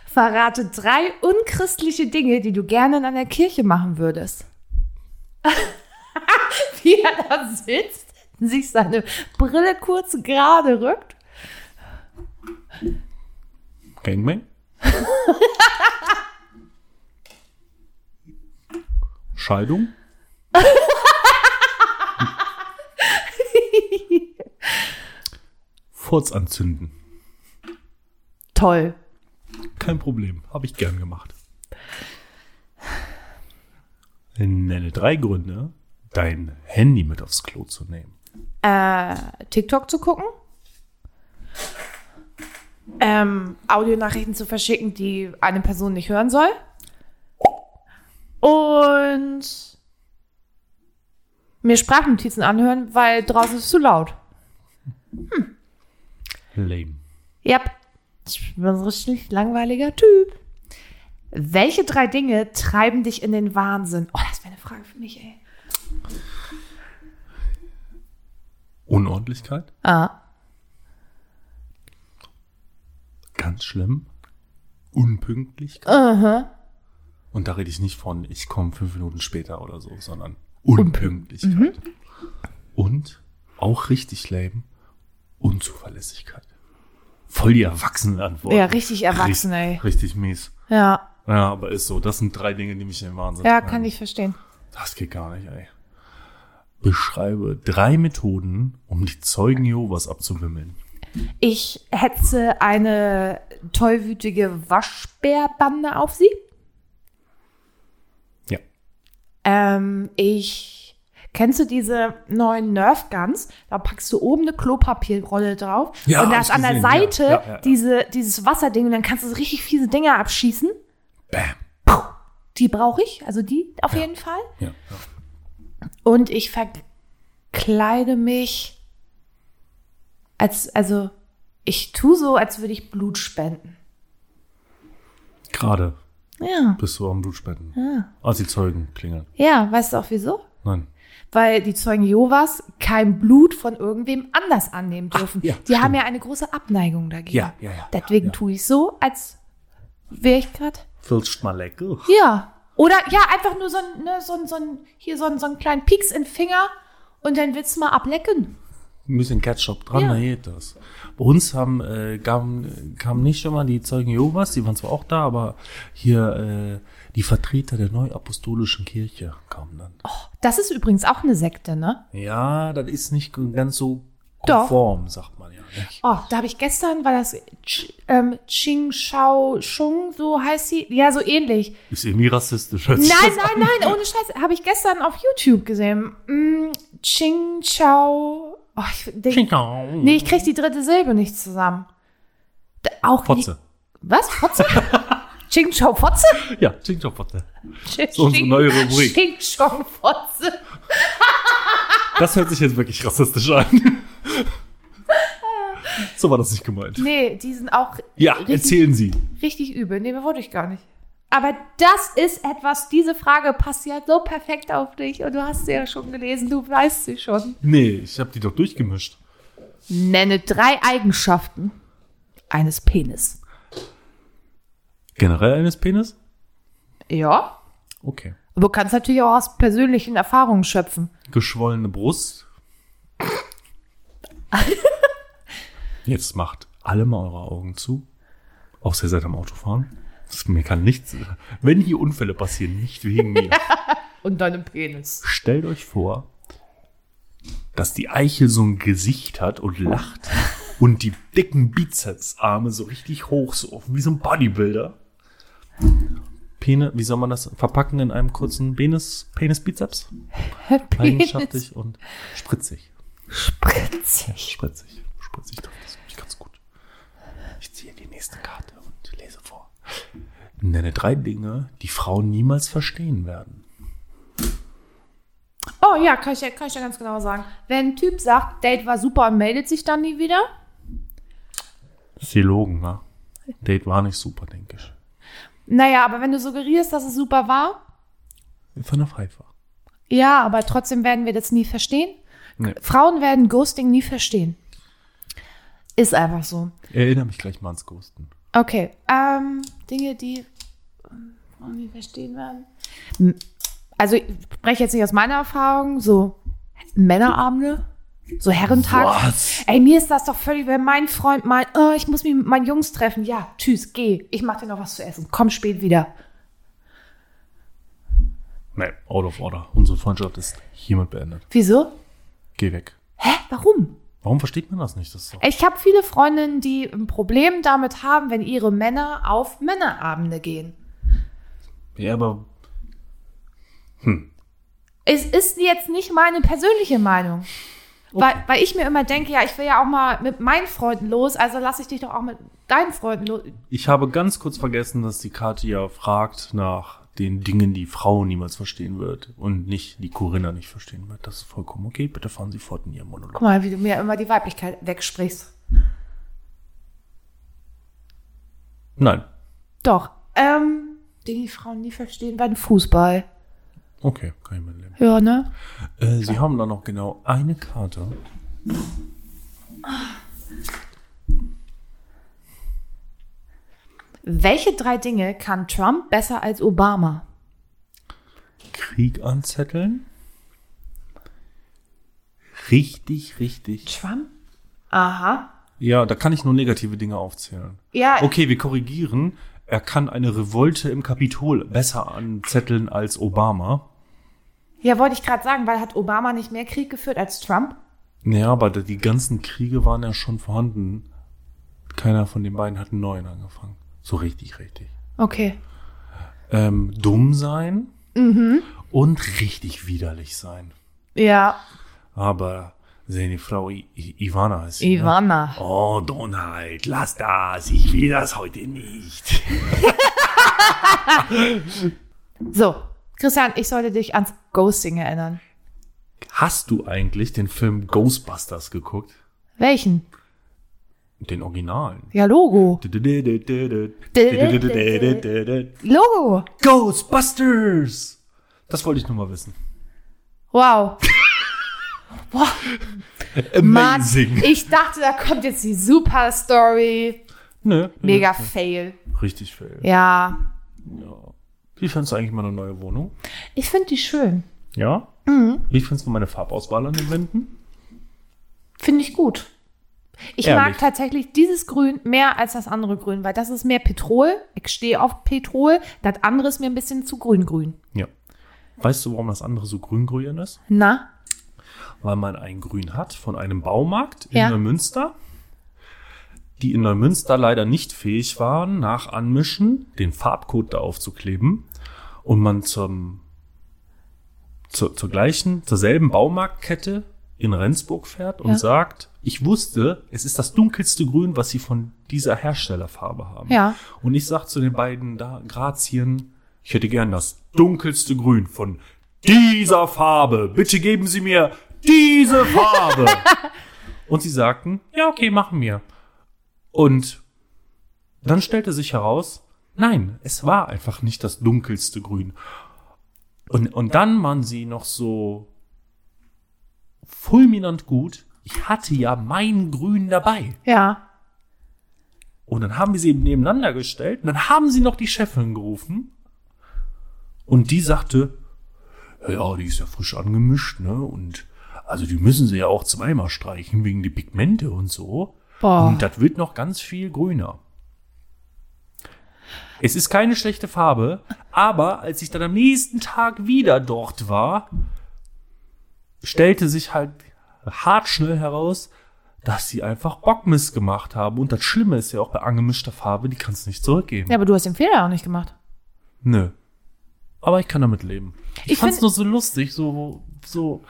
A: Verrate drei unchristliche Dinge, die du gerne in einer Kirche machen würdest. Wie er da sitzt, sich seine Brille kurz gerade rückt.
B: Gangbang? Scheidung? Furz anzünden.
A: Toll.
B: Kein Problem. Habe ich gern gemacht. Nenne drei Gründe, dein Handy mit aufs Klo zu nehmen.
A: Äh, TikTok zu gucken. Ähm, Audionachrichten zu verschicken, die eine Person nicht hören soll. Und mir Sprachnotizen anhören, weil draußen ist es zu laut.
B: Lame.
A: Ja, ich bin ein richtig langweiliger Typ. Welche drei Dinge treiben dich in den Wahnsinn? Oh, das wäre eine Frage für mich, ey.
B: Unordentlichkeit?
A: Ah.
B: Ganz schlimm. Unpünktlichkeit? Und da rede ich nicht von, ich komme fünf Minuten später oder so, sondern Unpünktlichkeit. Und auch richtig lame, Unzuverlässigkeit. Voll die Erwachsenenantwort.
A: Ja, richtig erwachsen, ey.
B: Richtig, richtig mies.
A: Ja,
B: Ja, aber ist so. Das sind drei Dinge, die mich in den Wahnsinn
A: ja,
B: treiben.
A: kann ich verstehen.
B: Das geht gar nicht, ey. Beschreibe drei Methoden, um die Zeugen Jehovas abzuwimmeln.
A: Ich hetze eine tollwütige Waschbärbande auf sie.
B: Ja.
A: Ähm, ich Kennst du diese neuen Nerf Guns? Da packst du oben eine Klopapierrolle drauf
B: Ja,
A: und da
B: hab
A: ist
B: ich
A: an der
B: gesehen, ja.
A: Seite
B: Ja, ja, ja.
A: Diese, dieses Wasserding und dann kannst du so richtig fiese Dinger abschießen.
B: Bam.
A: Die brauche ich, also die auf jeden Fall.
B: Ja, ja.
A: Und ich verkleide mich als, also ich tue so, als würde ich Blut spenden.
B: Gerade
A: Ja.
B: bist du am Blutspenden.
A: Ah.
B: Ja. Als die Zeugen klingeln.
A: Ja, weißt du auch wieso?
B: Nein.
A: Weil die Zeugen Jehovas kein Blut von irgendwem anders annehmen dürfen.
B: ja,
A: die
B: stimmt.
A: haben ja eine große Abneigung dagegen.
B: Ja, ja, ja,
A: Deswegen
B: ja.
A: tue ich so, als wäre ich gerade.
B: Willst mal lecker?
A: Ja. Oder ja, einfach nur so ein, ne, so ein, so ein hier so ein, so einen kleinen Pieks in den Finger und dann willst du mal ablecken.
B: Ein bisschen Ketchup dran,
A: Ja.
B: dann geht das. Bei uns haben, äh, kamen, kamen nicht immer die Zeugen Jehovas, die waren zwar auch da, aber hier äh, die Vertreter der neuapostolischen Kirche kamen dann.
A: Oh, Das ist übrigens auch eine Sekte, ne?
B: Ja, das ist nicht ganz so
A: Doch.
B: konform, sagt man ja. Nicht?
A: Oh, da habe ich gestern, war das Ch ähm, Ching Shao Chung, so heißt sie. Ja, so ähnlich.
B: Ist irgendwie rassistisch. hört sich
A: Nein,
B: das an.
A: nein, nein, ohne Scheiß. Habe ich gestern auf YouTube gesehen. Mm, Ching Chao. Oh, ich, denk,
B: Tschingau.
A: Nee, ich krieg die dritte Silbe nicht zusammen. D auch
B: Fotze.
A: Nie, was? Fotze? Ching Chao Fotze?
B: Ja, Tschingau Fotze.
A: Das ist
B: unsere neue Rubrik.
A: Ching Chao Fotze.
B: Das hört sich jetzt wirklich rassistisch an. so war das nicht gemeint.
A: Nee, die sind auch
B: Ja,
A: richtig,
B: erzählen Sie.
A: richtig übel. Nee, mehr wollte ich gar nicht. Aber das ist etwas, diese Frage passt ja so perfekt auf dich und du hast sie ja schon gelesen, du weißt sie schon.
B: Nee, ich habe die doch durchgemischt.
A: Nenne drei Eigenschaften eines Penis.
B: Generell eines Penis?
A: Ja.
B: Okay.
A: Aber du kannst natürlich auch aus persönlichen Erfahrungen schöpfen.
B: geschwollene Brust. Jetzt macht alle mal eure Augen zu. Außer ihr seid am Autofahren. Das, mir kann nichts. Wenn hier Unfälle passieren, nicht wegen mir.
A: Und deinem Penis.
B: Stellt euch vor, dass die Eichel so ein Gesicht hat und lacht. Und die dicken Bizepsarme so richtig hoch, so offen wie so ein Bodybuilder. Penis, wie soll man das verpacken in einem kurzen Penis, Penis-Bizeps? Leidenschaftlich und spritzig.
A: Spritzig.
B: Spritzig. Spritzig trifft das nicht ganz gut. Ich ziehe die nächste Karte und lese vor. Nenne drei Dinge, die Frauen niemals verstehen werden.
A: Oh ja, kann ich, ja- kann ich ja ganz genau sagen. Wenn ein Typ sagt, Date war super und meldet sich dann nie wieder.
B: Ist die Logen, ne? Date war nicht super, denke ich.
A: Naja, aber wenn du suggerierst, dass es super war,
B: Von der Pfeife.
A: ja, aber trotzdem werden wir das nie verstehen.
B: Nee.
A: Frauen werden Ghosting nie verstehen. Ist einfach so.
B: Erinnere mich gleich mal ans Ghosten.
A: Okay, ähm, Dinge, die ähm, Frauen nicht verstehen werden. M- Also ich spreche jetzt nicht aus meiner Erfahrung, so Männerabende, so Herrentag.
B: Was?
A: Ey, mir ist das doch völlig, wenn mein Freund meint, oh, ich muss mich mit meinen Jungs treffen. Ja, tschüss, geh, ich mach dir noch was zu essen. Komm spät wieder.
B: Nee, out of order. Unsere Freundschaft ist hiermit beendet.
A: Wieso?
B: Geh weg.
A: Hä, warum?
B: Warum versteht man das nicht? Das ist doch
A: Ich habe viele Freundinnen, die ein Problem damit haben, wenn ihre Männer auf Männerabende gehen.
B: ja, aber
A: Es ist jetzt nicht meine persönliche Meinung. Weil, weil ich mir immer denke, ja, ich will ja auch mal mit meinen Freunden los, also lasse ich dich doch auch mit deinen Freunden los.
B: Ich habe ganz kurz vergessen, dass die Kati ja fragt nach den Dingen, die Frau niemals verstehen wird und nicht die Corinna nicht verstehen wird. Das ist vollkommen okay. Bitte fahren Sie fort in Ihrem Monolog.
A: Guck mal, wie du mir immer die Weiblichkeit wegsprichst.
B: Nein.
A: Doch. Ähm, Dinge, die Frauen nie verstehen, beim Fußball.
B: Okay, kann ich mitleben.
A: Ja, ne?
B: Äh, Sie haben da noch genau eine Karte.
A: Welche drei Dinge kann Trump besser als Obama?
B: Krieg anzetteln. Richtig, richtig.
A: Trump? Aha.
B: Ja, da kann ich nur negative Dinge aufzählen.
A: Ja,
B: Okay, wir korrigieren. Er kann eine Revolte im Kapitol besser anzetteln als Obama.
A: ja wollte ich gerade sagen, weil hat Obama nicht mehr Krieg geführt als Trump?
B: Naja, aber die ganzen Kriege waren ja schon vorhanden. Keiner von den beiden hat einen neuen angefangen. So richtig, richtig.
A: Okay.
B: Ähm, dumm sein und richtig widerlich sein.
A: Ja,
B: Aber seine Frau I I Ivana ist. sie, Ne?
A: Ivana.
B: Oh, Donald, lass das. Ich will das heute nicht.
A: So, Christian, ich sollte dich ans Ghosting erinnern.
B: Hast du eigentlich den Film Ghostbusters geguckt?
A: Welchen?
B: Den Originalen.
A: Ja, Logo. Logo.
B: Ghostbusters! Das wollte ich nur mal wissen.
A: Wow. Boah, Mann,
B: Amazing.
A: ich dachte, da kommt jetzt die super Story.
B: Nö, nö,
A: Mega fail.
B: Richtig fail.
A: Ja.
B: Ja. Wie fandst du eigentlich meine neue Wohnung?
A: Ich finde die schön.
B: Ja?
A: Mhm.
B: Wie findest du meine Farbauswahl an den Wänden?
A: Finde ich gut. Ich
B: Ehrlich?
A: mag tatsächlich dieses Grün mehr als das andere Grün, weil das ist mehr Petrol. Ich stehe auf Petrol. Das andere ist mir ein bisschen zu grün-grün.
B: Ja. Weißt du, warum das andere so grün-grün ist?
A: Na?
B: weil man ein Grün hat von einem Baumarkt in
A: Ja.
B: Neumünster, die in Neumünster leider nicht fähig waren, nach Anmischen den Farbcode da aufzukleben und man zum, zur, zur gleichen, zur selben Baumarktkette in Rendsburg fährt und
A: Ja.
B: sagt, ich wusste, es ist das dunkelste Grün, was sie von dieser Herstellerfarbe haben.
A: Ja.
B: Und ich sag zu den beiden da Grazien, ich hätte gern das dunkelste Grün von dieser Farbe. Bitte geben Sie mir diese Farbe. und sie sagten, ja, okay, machen wir. Und dann stellte sich heraus, nein, es war einfach nicht das dunkelste Grün. Und, und dann waren sie noch so fulminant gut. Ich hatte ja mein Grün dabei.
A: Ja.
B: Und dann haben wir sie eben nebeneinander gestellt. Und dann haben sie noch die Chefin gerufen. Und die sagte, ja, die ist ja frisch angemischt, ne? Und also die müssen sie ja auch zweimal streichen wegen die Pigmente und so.
A: Boah.
B: Und das wird noch ganz viel grüner. Es ist keine schlechte Farbe, aber als ich dann am nächsten Tag wieder dort war, stellte sich halt hart schnell heraus, dass sie einfach Bockmist gemacht haben. Und das Schlimme ist ja auch bei angemischter Farbe, die kannst du nicht zurückgeben.
A: Ja, aber du hast den Fehler auch nicht gemacht.
B: Nö. Aber ich kann damit leben. Ich,
A: Ich
B: fand's
A: find-
B: nur so lustig, so, so.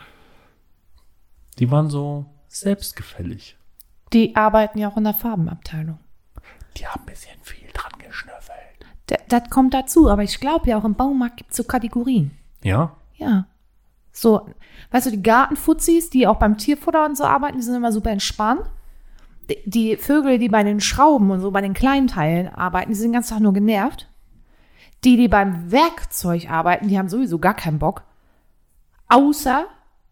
B: Die waren so selbstgefällig.
A: Die arbeiten ja auch in der Farbenabteilung.
B: Die haben ein bisschen viel dran geschnüffelt.
A: D das kommt dazu, aber ich glaube ja auch im Baumarkt gibt es so Kategorien.
B: Ja?
A: Ja. So, weißt du, die Gartenfuzis, die auch beim Tierfutter und so arbeiten, die sind immer super entspannt. Die- Die Vögel, die bei den Schrauben und so, bei den kleinen Teilen arbeiten, die sind den ganzen Tag nur genervt. Die, die beim Werkzeug arbeiten, die haben sowieso gar keinen Bock. Außer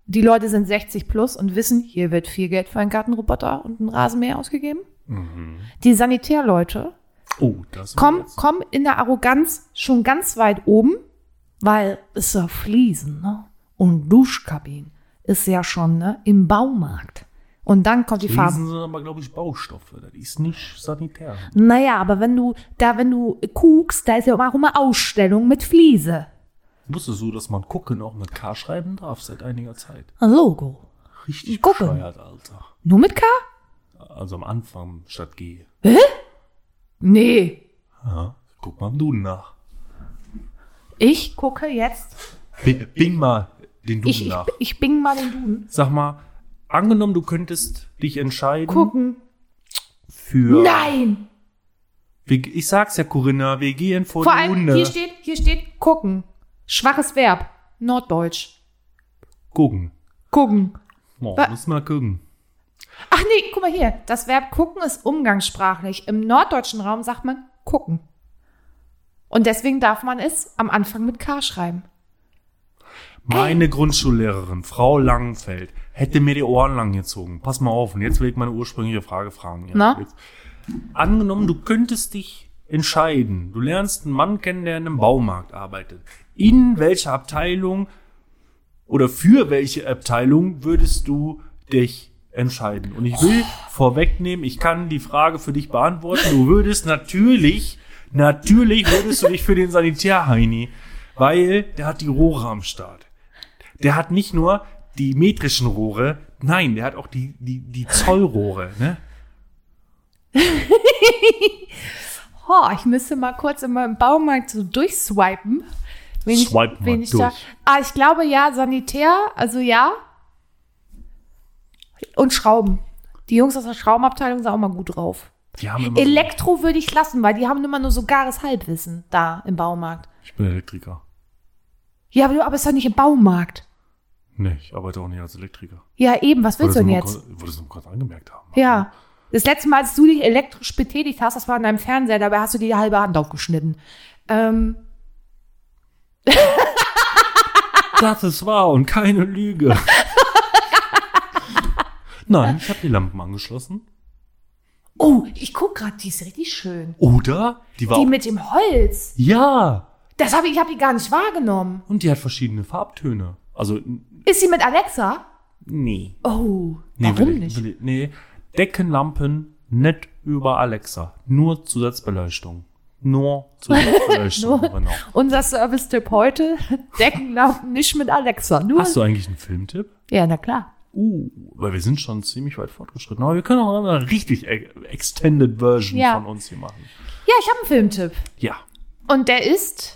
A: die Leute sind 60 plus und wissen, hier wird viel Geld für einen Gartenroboter und einen Rasenmäher ausgegeben. Die Sanitärleute,
B: Oh, das war
A: komm,
B: jetzt-
A: komm in der Arroganz schon ganz weit oben, weil es ja Fliesen ne? und Duschkabinen ist ja schon ne? im Baumarkt. Und dann kommt die Farbe.
B: Fliesen sind aber, glaube ich, Baustoffe. Das ist nicht sanitär.
A: Naja, aber wenn du da, wenn du guckst, da ist ja auch immer Ausstellung mit Fliese.
B: Wusstest du, dass man gucken auch mit K schreiben darf seit einiger Zeit?
A: Ein Logo.
B: Richtig
A: Gucken.
B: bescheuert, Alter.
A: Nur mit K?
B: Also am Anfang statt G.
A: Nee.
B: Ja, guck mal im Duden nach.
A: Ich gucke jetzt.
B: Bi- Bing mal den Duden
A: Ich, ich,
B: nach.
A: ich bing mal den Duden.
B: Sag mal, angenommen, du könntest dich entscheiden
A: Gucken.
B: für.
A: Nein!
B: Wir, ich sag's ja, Corinna, wir gehen vor,
A: Vor
B: die
A: allem,
B: Hunde.
A: hier steht, hier steht gucken. Schwaches Verb. Norddeutsch.
B: gucken.
A: Gucken.
B: Oh,
A: Wa-
B: müssen wir gucken.
A: Ach nee, guck mal hier. Das Verb gucken ist umgangssprachlich. Im norddeutschen Raum sagt man gucken. Und deswegen darf man es am Anfang mit K schreiben.
B: Meine Grundschullehrerin, Frau Langenfeld, hätte mir die Ohren lang gezogen. Pass mal auf, und jetzt will ich meine ursprüngliche Frage fragen. Ja,
A: Na?
B: Jetzt. Angenommen, du könntest dich entscheiden. Du lernst einen Mann kennen, der in einem Baumarkt arbeitet. In welcher Abteilung oder für welche Abteilung würdest du dich entscheiden? Und ich will vorwegnehmen, ich kann die Frage für dich beantworten. Du würdest natürlich, natürlich würdest du dich für den Sanitärheini, weil der hat die Rohre am Start. Der hat nicht nur die metrischen Rohre, nein, der hat auch die, die, die Zollrohre, ne?
A: Oh, ich müsste mal kurz in meinem Baumarkt so durchswipen, Wenig,
B: Swipe mal
A: wenig
B: durch.
A: da. Ah, ich glaube ja, Sanitär, also ja. Und Schrauben. Die Jungs aus der Schraubenabteilung sind auch mal gut drauf.
B: Die haben immer so,
A: Elektro würde ich lassen, weil die haben immer nur so gares Halbwissen da im Baumarkt.
B: ich bin Elektriker.
A: Ja, aber, du- aber ist doch nicht im Baumarkt.
B: Nee, ich arbeite auch nicht als Elektriker.
A: Ja, eben, was willst du denn jetzt?
B: Würde es nur kurz angemerkt haben.
A: Ja. Das letzte Mal, als du dich elektrisch betätigt hast, das war an deinem Fernseher, dabei hast du dir die halbe Hand aufgeschnitten. Ähm,
B: Das ist wahr und keine Lüge. Nein, ich habe die Lampen angeschlossen.
A: oh, ich guck gerade, die ist richtig schön.
B: Oder? Die war.
A: Die
B: auch-
A: mit dem Holz.
B: ja!
A: Das habe ich, ich habe die gar nicht wahrgenommen.
B: Und die hat verschiedene Farbtöne. Also, n-
A: Ist sie mit Alexa?
B: nee.
A: Oh,
B: nee
A: warum
B: will ich-
A: nicht?
B: Will ich, nee. Deckenlampen nicht über Alexa. Nur Zusatzbeleuchtung. Nur Zusatzbeleuchtung. genau.
A: Unser Service-Tipp heute, Deckenlampen nicht mit Alexa. Nur
B: Hast du eigentlich einen Filmtipp?
A: Ja, na klar.
B: Uh, weil wir sind schon ziemlich weit fortgeschritten. Aber wir können auch mal eine richtig e- extended Version
A: Ja.
B: von uns hier machen.
A: Ja, ich habe einen Filmtipp.
B: Ja.
A: Und der ist.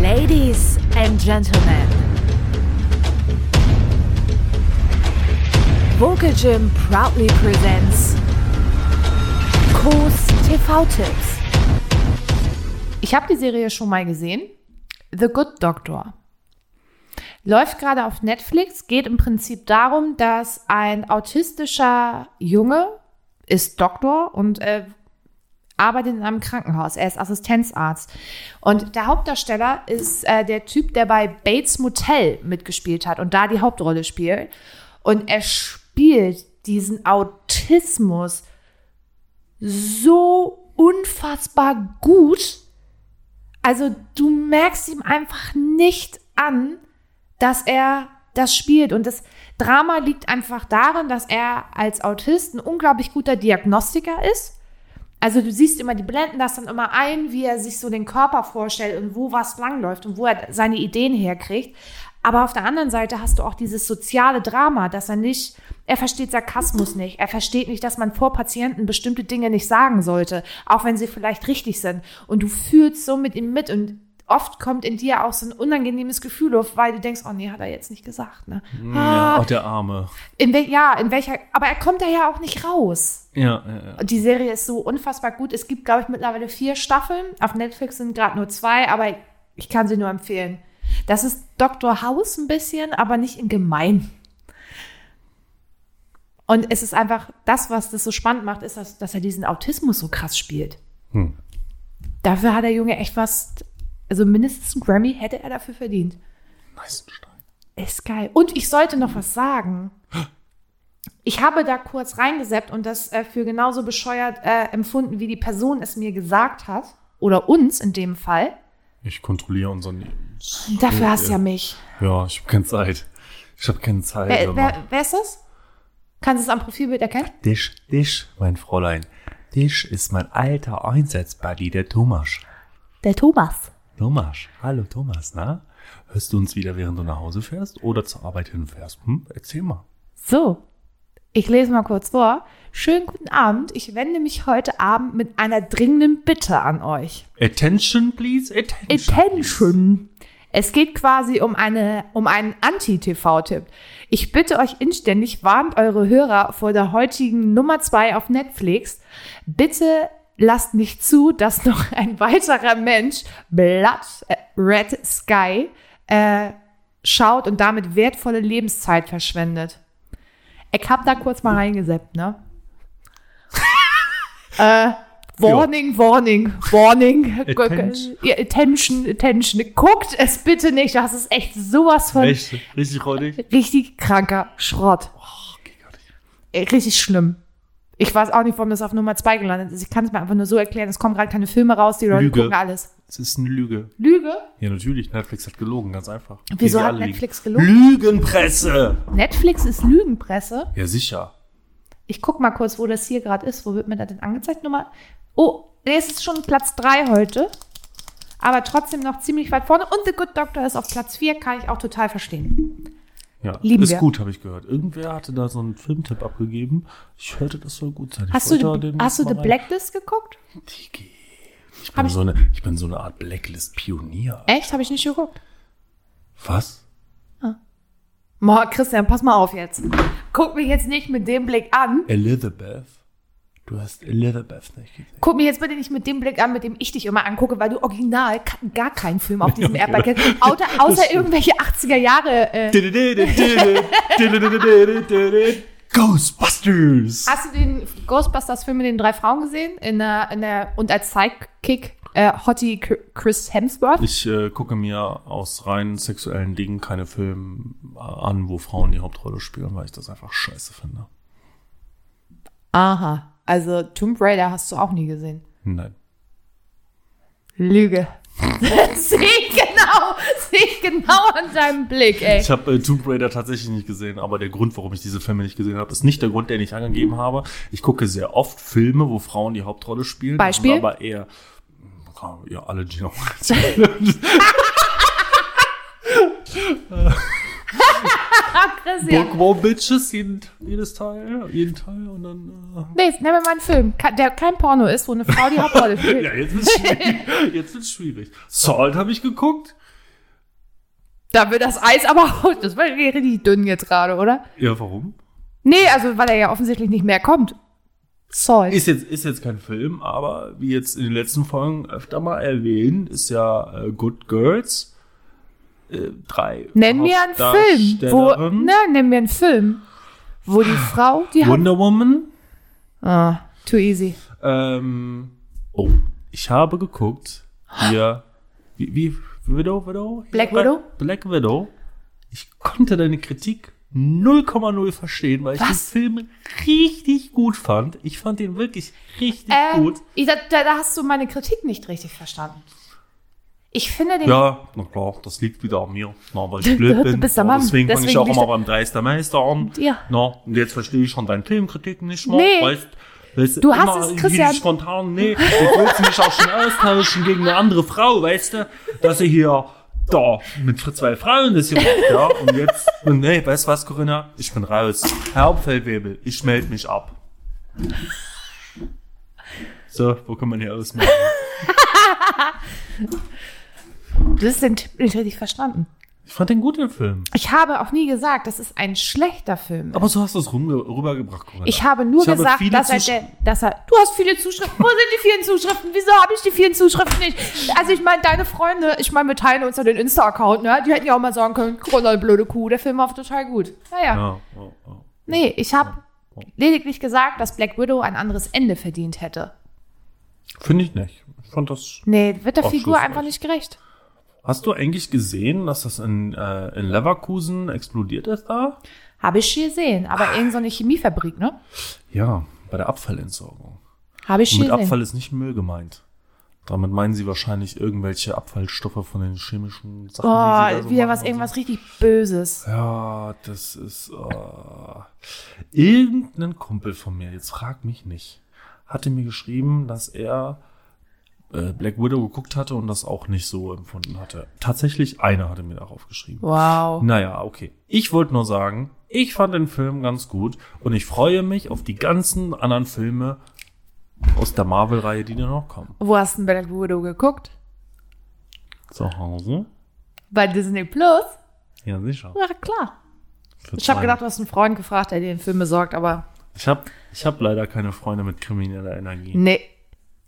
C: Ladies and Gentlemen. Vocal Gym proudly presents Kurs TV-Tipps.
A: Ich habe die Serie schon mal gesehen. The Good Doctor. Läuft gerade auf Netflix, geht im Prinzip darum, dass ein autistischer Junge ist Doktor und äh, arbeitet in einem Krankenhaus. Er ist Assistenzarzt. Und der Hauptdarsteller ist äh, der Typ, der bei Bates Motel mitgespielt hat und da die Hauptrolle spielt. Und er spielt diesen Autismus so unfassbar gut. Also du merkst ihm einfach nicht an, dass er das spielt. Und das Drama liegt einfach darin, dass er als Autist ein unglaublich guter Diagnostiker ist. Also du siehst immer, die blenden das dann immer ein, wie er sich so den Körper vorstellt und wo was langläuft und wo er seine Ideen herkriegt. Aber auf der anderen Seite hast du auch dieses soziale Drama, dass er nicht, er versteht Sarkasmus nicht, er versteht nicht, dass man vor Patienten bestimmte Dinge nicht sagen sollte, auch wenn sie vielleicht richtig sind. Und du fühlst so mit ihm mit und oft kommt in dir auch so ein unangenehmes Gefühl auf, weil du denkst, oh nee, hat er jetzt nicht gesagt. Ne?
B: ja. Auch der Arme.
A: In wel, ja, in welcher, aber er kommt da ja auch nicht raus.
B: Ja, ja, ja.
A: Die Serie ist so unfassbar gut. Es gibt, glaube ich, mittlerweile vier Staffeln. Auf Netflix sind gerade nur zwei, aber ich kann sie nur empfehlen. Das ist Dr. House ein bisschen, aber nicht in gemein. Und es ist einfach, das, was das so spannend macht, ist, dass, dass er diesen Autismus so krass spielt.
B: Hm.
A: Dafür hat der Junge echt was, also mindestens einen Grammy hätte er dafür verdient.
B: Nice Stein.
A: Ist geil. Und ich sollte noch was sagen. Ich habe da kurz reingeseppt und das äh, für genauso bescheuert äh, empfunden, wie die Person es mir gesagt hat. Oder uns in dem Fall.
B: Ich kontrolliere unseren.
A: Dafür hast du ja mich.
B: Ja, ich habe keine Zeit. Ich habe keine Zeit.
A: Wer,
B: aber-
A: wer, wer ist das? Kannst du es am Profilbild erkennen?
B: Dich, dich, mein Fräulein. Dich ist mein alter Einsatzbuddy, der Thomas.
A: Der Thomas.
B: Thomas, hallo Thomas, na? Hörst du uns wieder, während du nach Hause fährst oder zur Arbeit hinfährst? Hm? Erzähl mal.
A: So, ich lese mal kurz vor. Schönen guten Abend. Ich wende mich heute Abend mit einer dringenden Bitte an euch.
B: Attention, please, attention.
A: Attention. Es geht quasi um, eine, um einen Anti-TV-Tipp. Ich bitte euch inständig, warnt eure Hörer vor der heutigen Nummer 2 auf Netflix. Bitte lasst nicht zu, dass noch ein weiterer Mensch Blood äh, Red Sky äh, schaut und damit wertvolle Lebenszeit verschwendet. Ich hab da kurz mal reingeseppt, ne? äh, warning, warning, warning.
B: Attention.
A: Ja, attention, attention. Guckt es bitte nicht. Das ist echt sowas von
B: Echt? Richtig räudig?
A: richtig kranker Schrott. Äh, Richtig schlimm. Ich weiß auch nicht, warum das auf Nummer 2 gelandet ist. Ich kann es mir einfach nur so erklären. Es kommen gerade keine Filme raus, die Leute
B: Lüge.
A: gucken alles.
B: Das ist eine Lüge.
A: Lüge?
B: Ja, natürlich. Netflix hat gelogen, ganz einfach.
A: Wieso
B: Wie wir
A: hat
B: alle liegen.
A: Netflix gelogen?
B: Lügenpresse!
A: Netflix ist Lügenpresse.
B: Ja, sicher.
A: Ich guck mal kurz, wo das hier gerade ist. Wo wird mir das denn angezeigt? Nummer. Oh, nee, es ist schon Platz 3 heute. Aber trotzdem noch ziemlich weit vorne. Und The Good Doctor ist auf Platz 4, kann ich auch total verstehen.
B: Ja,
A: Lieben
B: ist
A: wir.
B: gut, habe ich gehört. Irgendwer hatte da so einen Filmtipp abgegeben. Ich hörte, das soll gut sein. Ich
A: Hast du,
B: wollte
A: die,
B: den
A: hast du
B: mal
A: The
B: rein-
A: Blacklist geguckt?
B: Digi. Ich
A: Hab
B: bin,
A: ich-
B: so eine, ich bin so eine Art Blacklist-Pionier.
A: Echt? Habe ich nicht geguckt.
B: Was?
A: Boah, Christian, pass mal auf jetzt. Guck mich jetzt nicht mit dem Blick an.
B: Elizabeth? Du hast Elizabeth nicht gesehen.
A: Guck mir jetzt bitte nicht mit dem Blick an, mit dem ich dich immer angucke, weil du original ka- gar keinen Film auf diesem Erdball kennst. Außer, außer irgendwelche 80er Jahre. Äh,
B: Ghostbusters!
A: hast du den Ghostbusters-Film mit den drei Frauen gesehen? In der, in der, und als Sidekick äh, Hottie K- Chris Hemsworth?
B: Ich äh, gucke mir aus rein sexuellen Dingen keine Filme an, wo Frauen die Hauptrolle spielen, weil ich das einfach scheiße finde.
A: Aha. Also Tomb Raider hast du auch nie gesehen.
B: Nein.
A: Lüge. sehe ich genau, sehe ich genau an deinem Blick, ey.
B: Ich habe äh, Tomb Raider tatsächlich nicht gesehen, aber der Grund, warum ich diese Filme nicht gesehen habe, ist nicht der Grund, den ich angegeben habe. Ich gucke sehr oft Filme, wo Frauen die Hauptrolle spielen.
A: Beispiel?
B: Aber eher, ja, alle Gina
A: Christian.
B: Bookworm Bitches, jeden, jedes Teil, jeden Teil und dann. äh,
A: Nee, nimm mir mal einen Film, ka- der kein Porno ist, wo eine Frau die Hauptrolle
B: Äh,
A: spielt.
B: ja, jetzt wird's schwierig. jetzt wird's schwierig. Salt habe ich geguckt.
A: Da wird das Eis aber auch, das war richtig dünn jetzt gerade, oder?
B: Ja, warum?
A: Nee, also weil er ja offensichtlich nicht mehr kommt. Salt.
B: Ist jetzt, ist jetzt kein Film, aber wie jetzt in den letzten Folgen öfter mal erwähnt, ist ja äh, Good Girls. Äh, drei.
A: nenn mir einen Film, wo,
B: Hauptdarstellerinnen.
A: ne, nenn mir einen Film, wo
B: Ah,
A: die Frau die Haupt-
B: Wonder Woman.
A: Ah, too easy.
B: Ähm, oh, ich habe geguckt. Hier. Wie, wie Widow, Widow?
A: Black
B: Hier,
A: Widow?
B: Black Widow. Ich konnte deine Kritik 0,0 verstehen, weil ich
A: Was?
B: den Film richtig gut fand. Ich fand den wirklich richtig
A: Ähm,
B: gut.
A: ich, da, da da hast du meine Kritik nicht richtig verstanden. Ich finde den,
B: Ja, na klar, das liegt wieder an mir. Na, weil ich blöd
A: Du
B: bin.
A: bist der
B: Na,
A: Mann.
B: Deswegen fange ich
A: Deswegen
B: auch
A: bist
B: immer
A: du-
B: beim Dreistermeister an.
A: Ja.
B: Na, und jetzt verstehe ich schon deine Filmkritiken nicht mehr.
A: Nee.
B: Weißt, weißt,
A: Du hast
B: immer
A: es,
B: irgendwie
A: Christian.
B: Spontan, nee, jetzt willst du mich auch schon austauschen gegen eine andere Frau, weißt du? Dass sie hier da mit zwei Frauen das hier macht, ja? Und jetzt, und nee, weißt du was, Corinna? Ich bin raus. Herr Hauptfeldwebel, ich melde mich ab. So, wo kann man hier ausmachen?
A: du hast den Tipp nicht richtig verstanden.
B: Ich fand den gut, den Film.
A: Ich habe auch nie gesagt, dass es ein schlechter Film ist.
B: Aber so hast du es rumge- rübergebracht, Corinna.
A: Ich habe nur
B: Ich habe
A: gesagt,
B: viele
A: dass, er,
B: Zusch-
A: der, dass er. Du hast viele Zuschriften. Wo sind die vielen Zuschriften? Wieso habe ich die vielen Zuschriften nicht? Also, ich meine, deine Freunde, ich meine, wir teilen uns ja den Insta-Account, ne? Die hätten ja auch mal sagen können: Corona, blöde Kuh, der Film war total gut. Naja.
B: Ja, ja, ja.
A: Nee, ich habe lediglich gesagt, dass Black Widow ein anderes Ende verdient hätte.
B: Finde ich nicht. Ich fand das.
A: Nee, wird der
B: Ach,
A: Figur
B: schlussreich.
A: einfach nicht gerecht.
B: Hast du eigentlich gesehen, dass das in, äh, in Leverkusen explodiert ist da?
A: Habe ich gesehen, aber
B: Ah.
A: irgend so eine Chemiefabrik, ne?
B: Ja, bei der Abfallentsorgung.
A: Habe ich
B: Und mit
A: gesehen.
B: Abfall ist nicht Müll gemeint. Damit meinen sie wahrscheinlich irgendwelche Abfallstoffe von den chemischen Sachen. die sie da
A: Oh,
B: so
A: wieder
B: machen
A: was,
B: und so.
A: irgendwas richtig Böses.
B: Ja, das ist. Oh. Irgendein Kumpel von mir, jetzt frag mich nicht, hatte mir geschrieben, dass er äh, Black Widow geguckt hatte und das auch nicht so empfunden hatte. Tatsächlich einer hatte mir darauf geschrieben.
A: Wow.
B: Naja, okay. Ich wollte nur sagen, ich fand den Film ganz gut und ich freue mich auf die ganzen anderen Filme aus der Marvel-Reihe, die da noch kommen.
A: Wo hast du denn Black Widow geguckt?
B: Zu Hause?
A: Bei Disney Plus?
B: Ja, sicher.
A: Na klar.
B: Für
A: Ich habe
B: zwei.
A: gedacht, du hast einen Freund gefragt, der dir den Film besorgt, aber
B: ich habe ich hab leider keine Freunde mit krimineller Energie.
A: nee,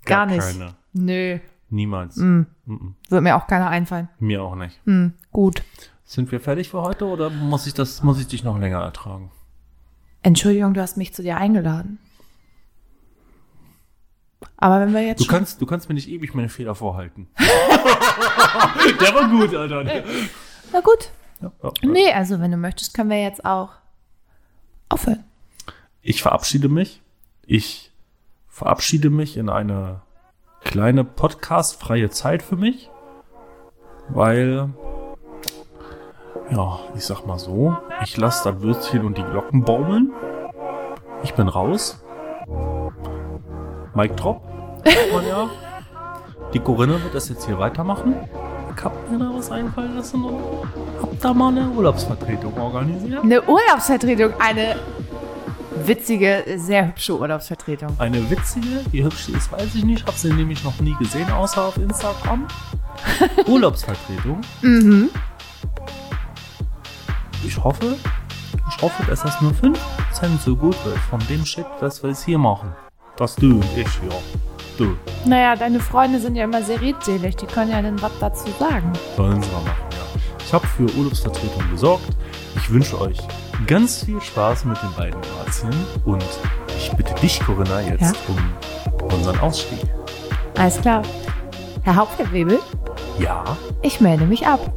A: gar
B: Gar
A: nicht.
B: keine.
A: Nö,
B: Niemals.
A: wird mir auch keiner einfallen.
B: Mir auch nicht.
A: Hm, gut.
B: Sind wir fertig für heute oder muss ich das, muss ich dich noch länger ertragen?
A: Entschuldigung, du hast mich zu dir eingeladen. Aber wenn wir jetzt
B: Du
A: schon,
B: kannst, du kannst mir nicht ewig meine Fehler vorhalten. Der war gut, Alter.
A: Äh. na gut.
B: Ja, ja.
A: Nee, also wenn du möchtest, können wir jetzt auch aufhören.
B: Ich verabschiede mich. Ich verabschiede mich in eine kleine podcastfreie Zeit für mich, weil ja, ich sag mal so, ich lasse das Würstchen und die Glocken baumeln. Ich bin raus. Mike Drop. sagt Man ja. Die Corinne wird das jetzt hier weitermachen. Kann mir da was einfallen lassen? Habt da mal eine Urlaubsvertretung organisiert?
A: Eine Urlaubsvertretung, eine witzige, sehr hübsche Urlaubsvertretung.
B: Eine witzige, wie hübsch sie ist, weiß ich nicht. Hab sie nämlich noch nie gesehen, außer auf Instagram. Urlaubsvertretung. Ich hoffe, ich hoffe, dass das nur 5% so gut wird von dem Shit, was wir jetzt hier machen. Das du, ich, ja. Du.
A: Naja, deine Freunde sind ja immer sehr redselig, die können ja dann was dazu sagen.
B: Sollen sie mal machen, ja. Ich habe für Urlaubsvertretung gesorgt. Ich wünsche euch ganz viel Spaß mit den beiden Grazien und ich bitte dich, Corinna, jetzt
A: Ja?
B: um unseren Ausstieg.
A: Alles klar. Herr Hauptfeldwebel,
B: Ja,
A: ich melde mich ab.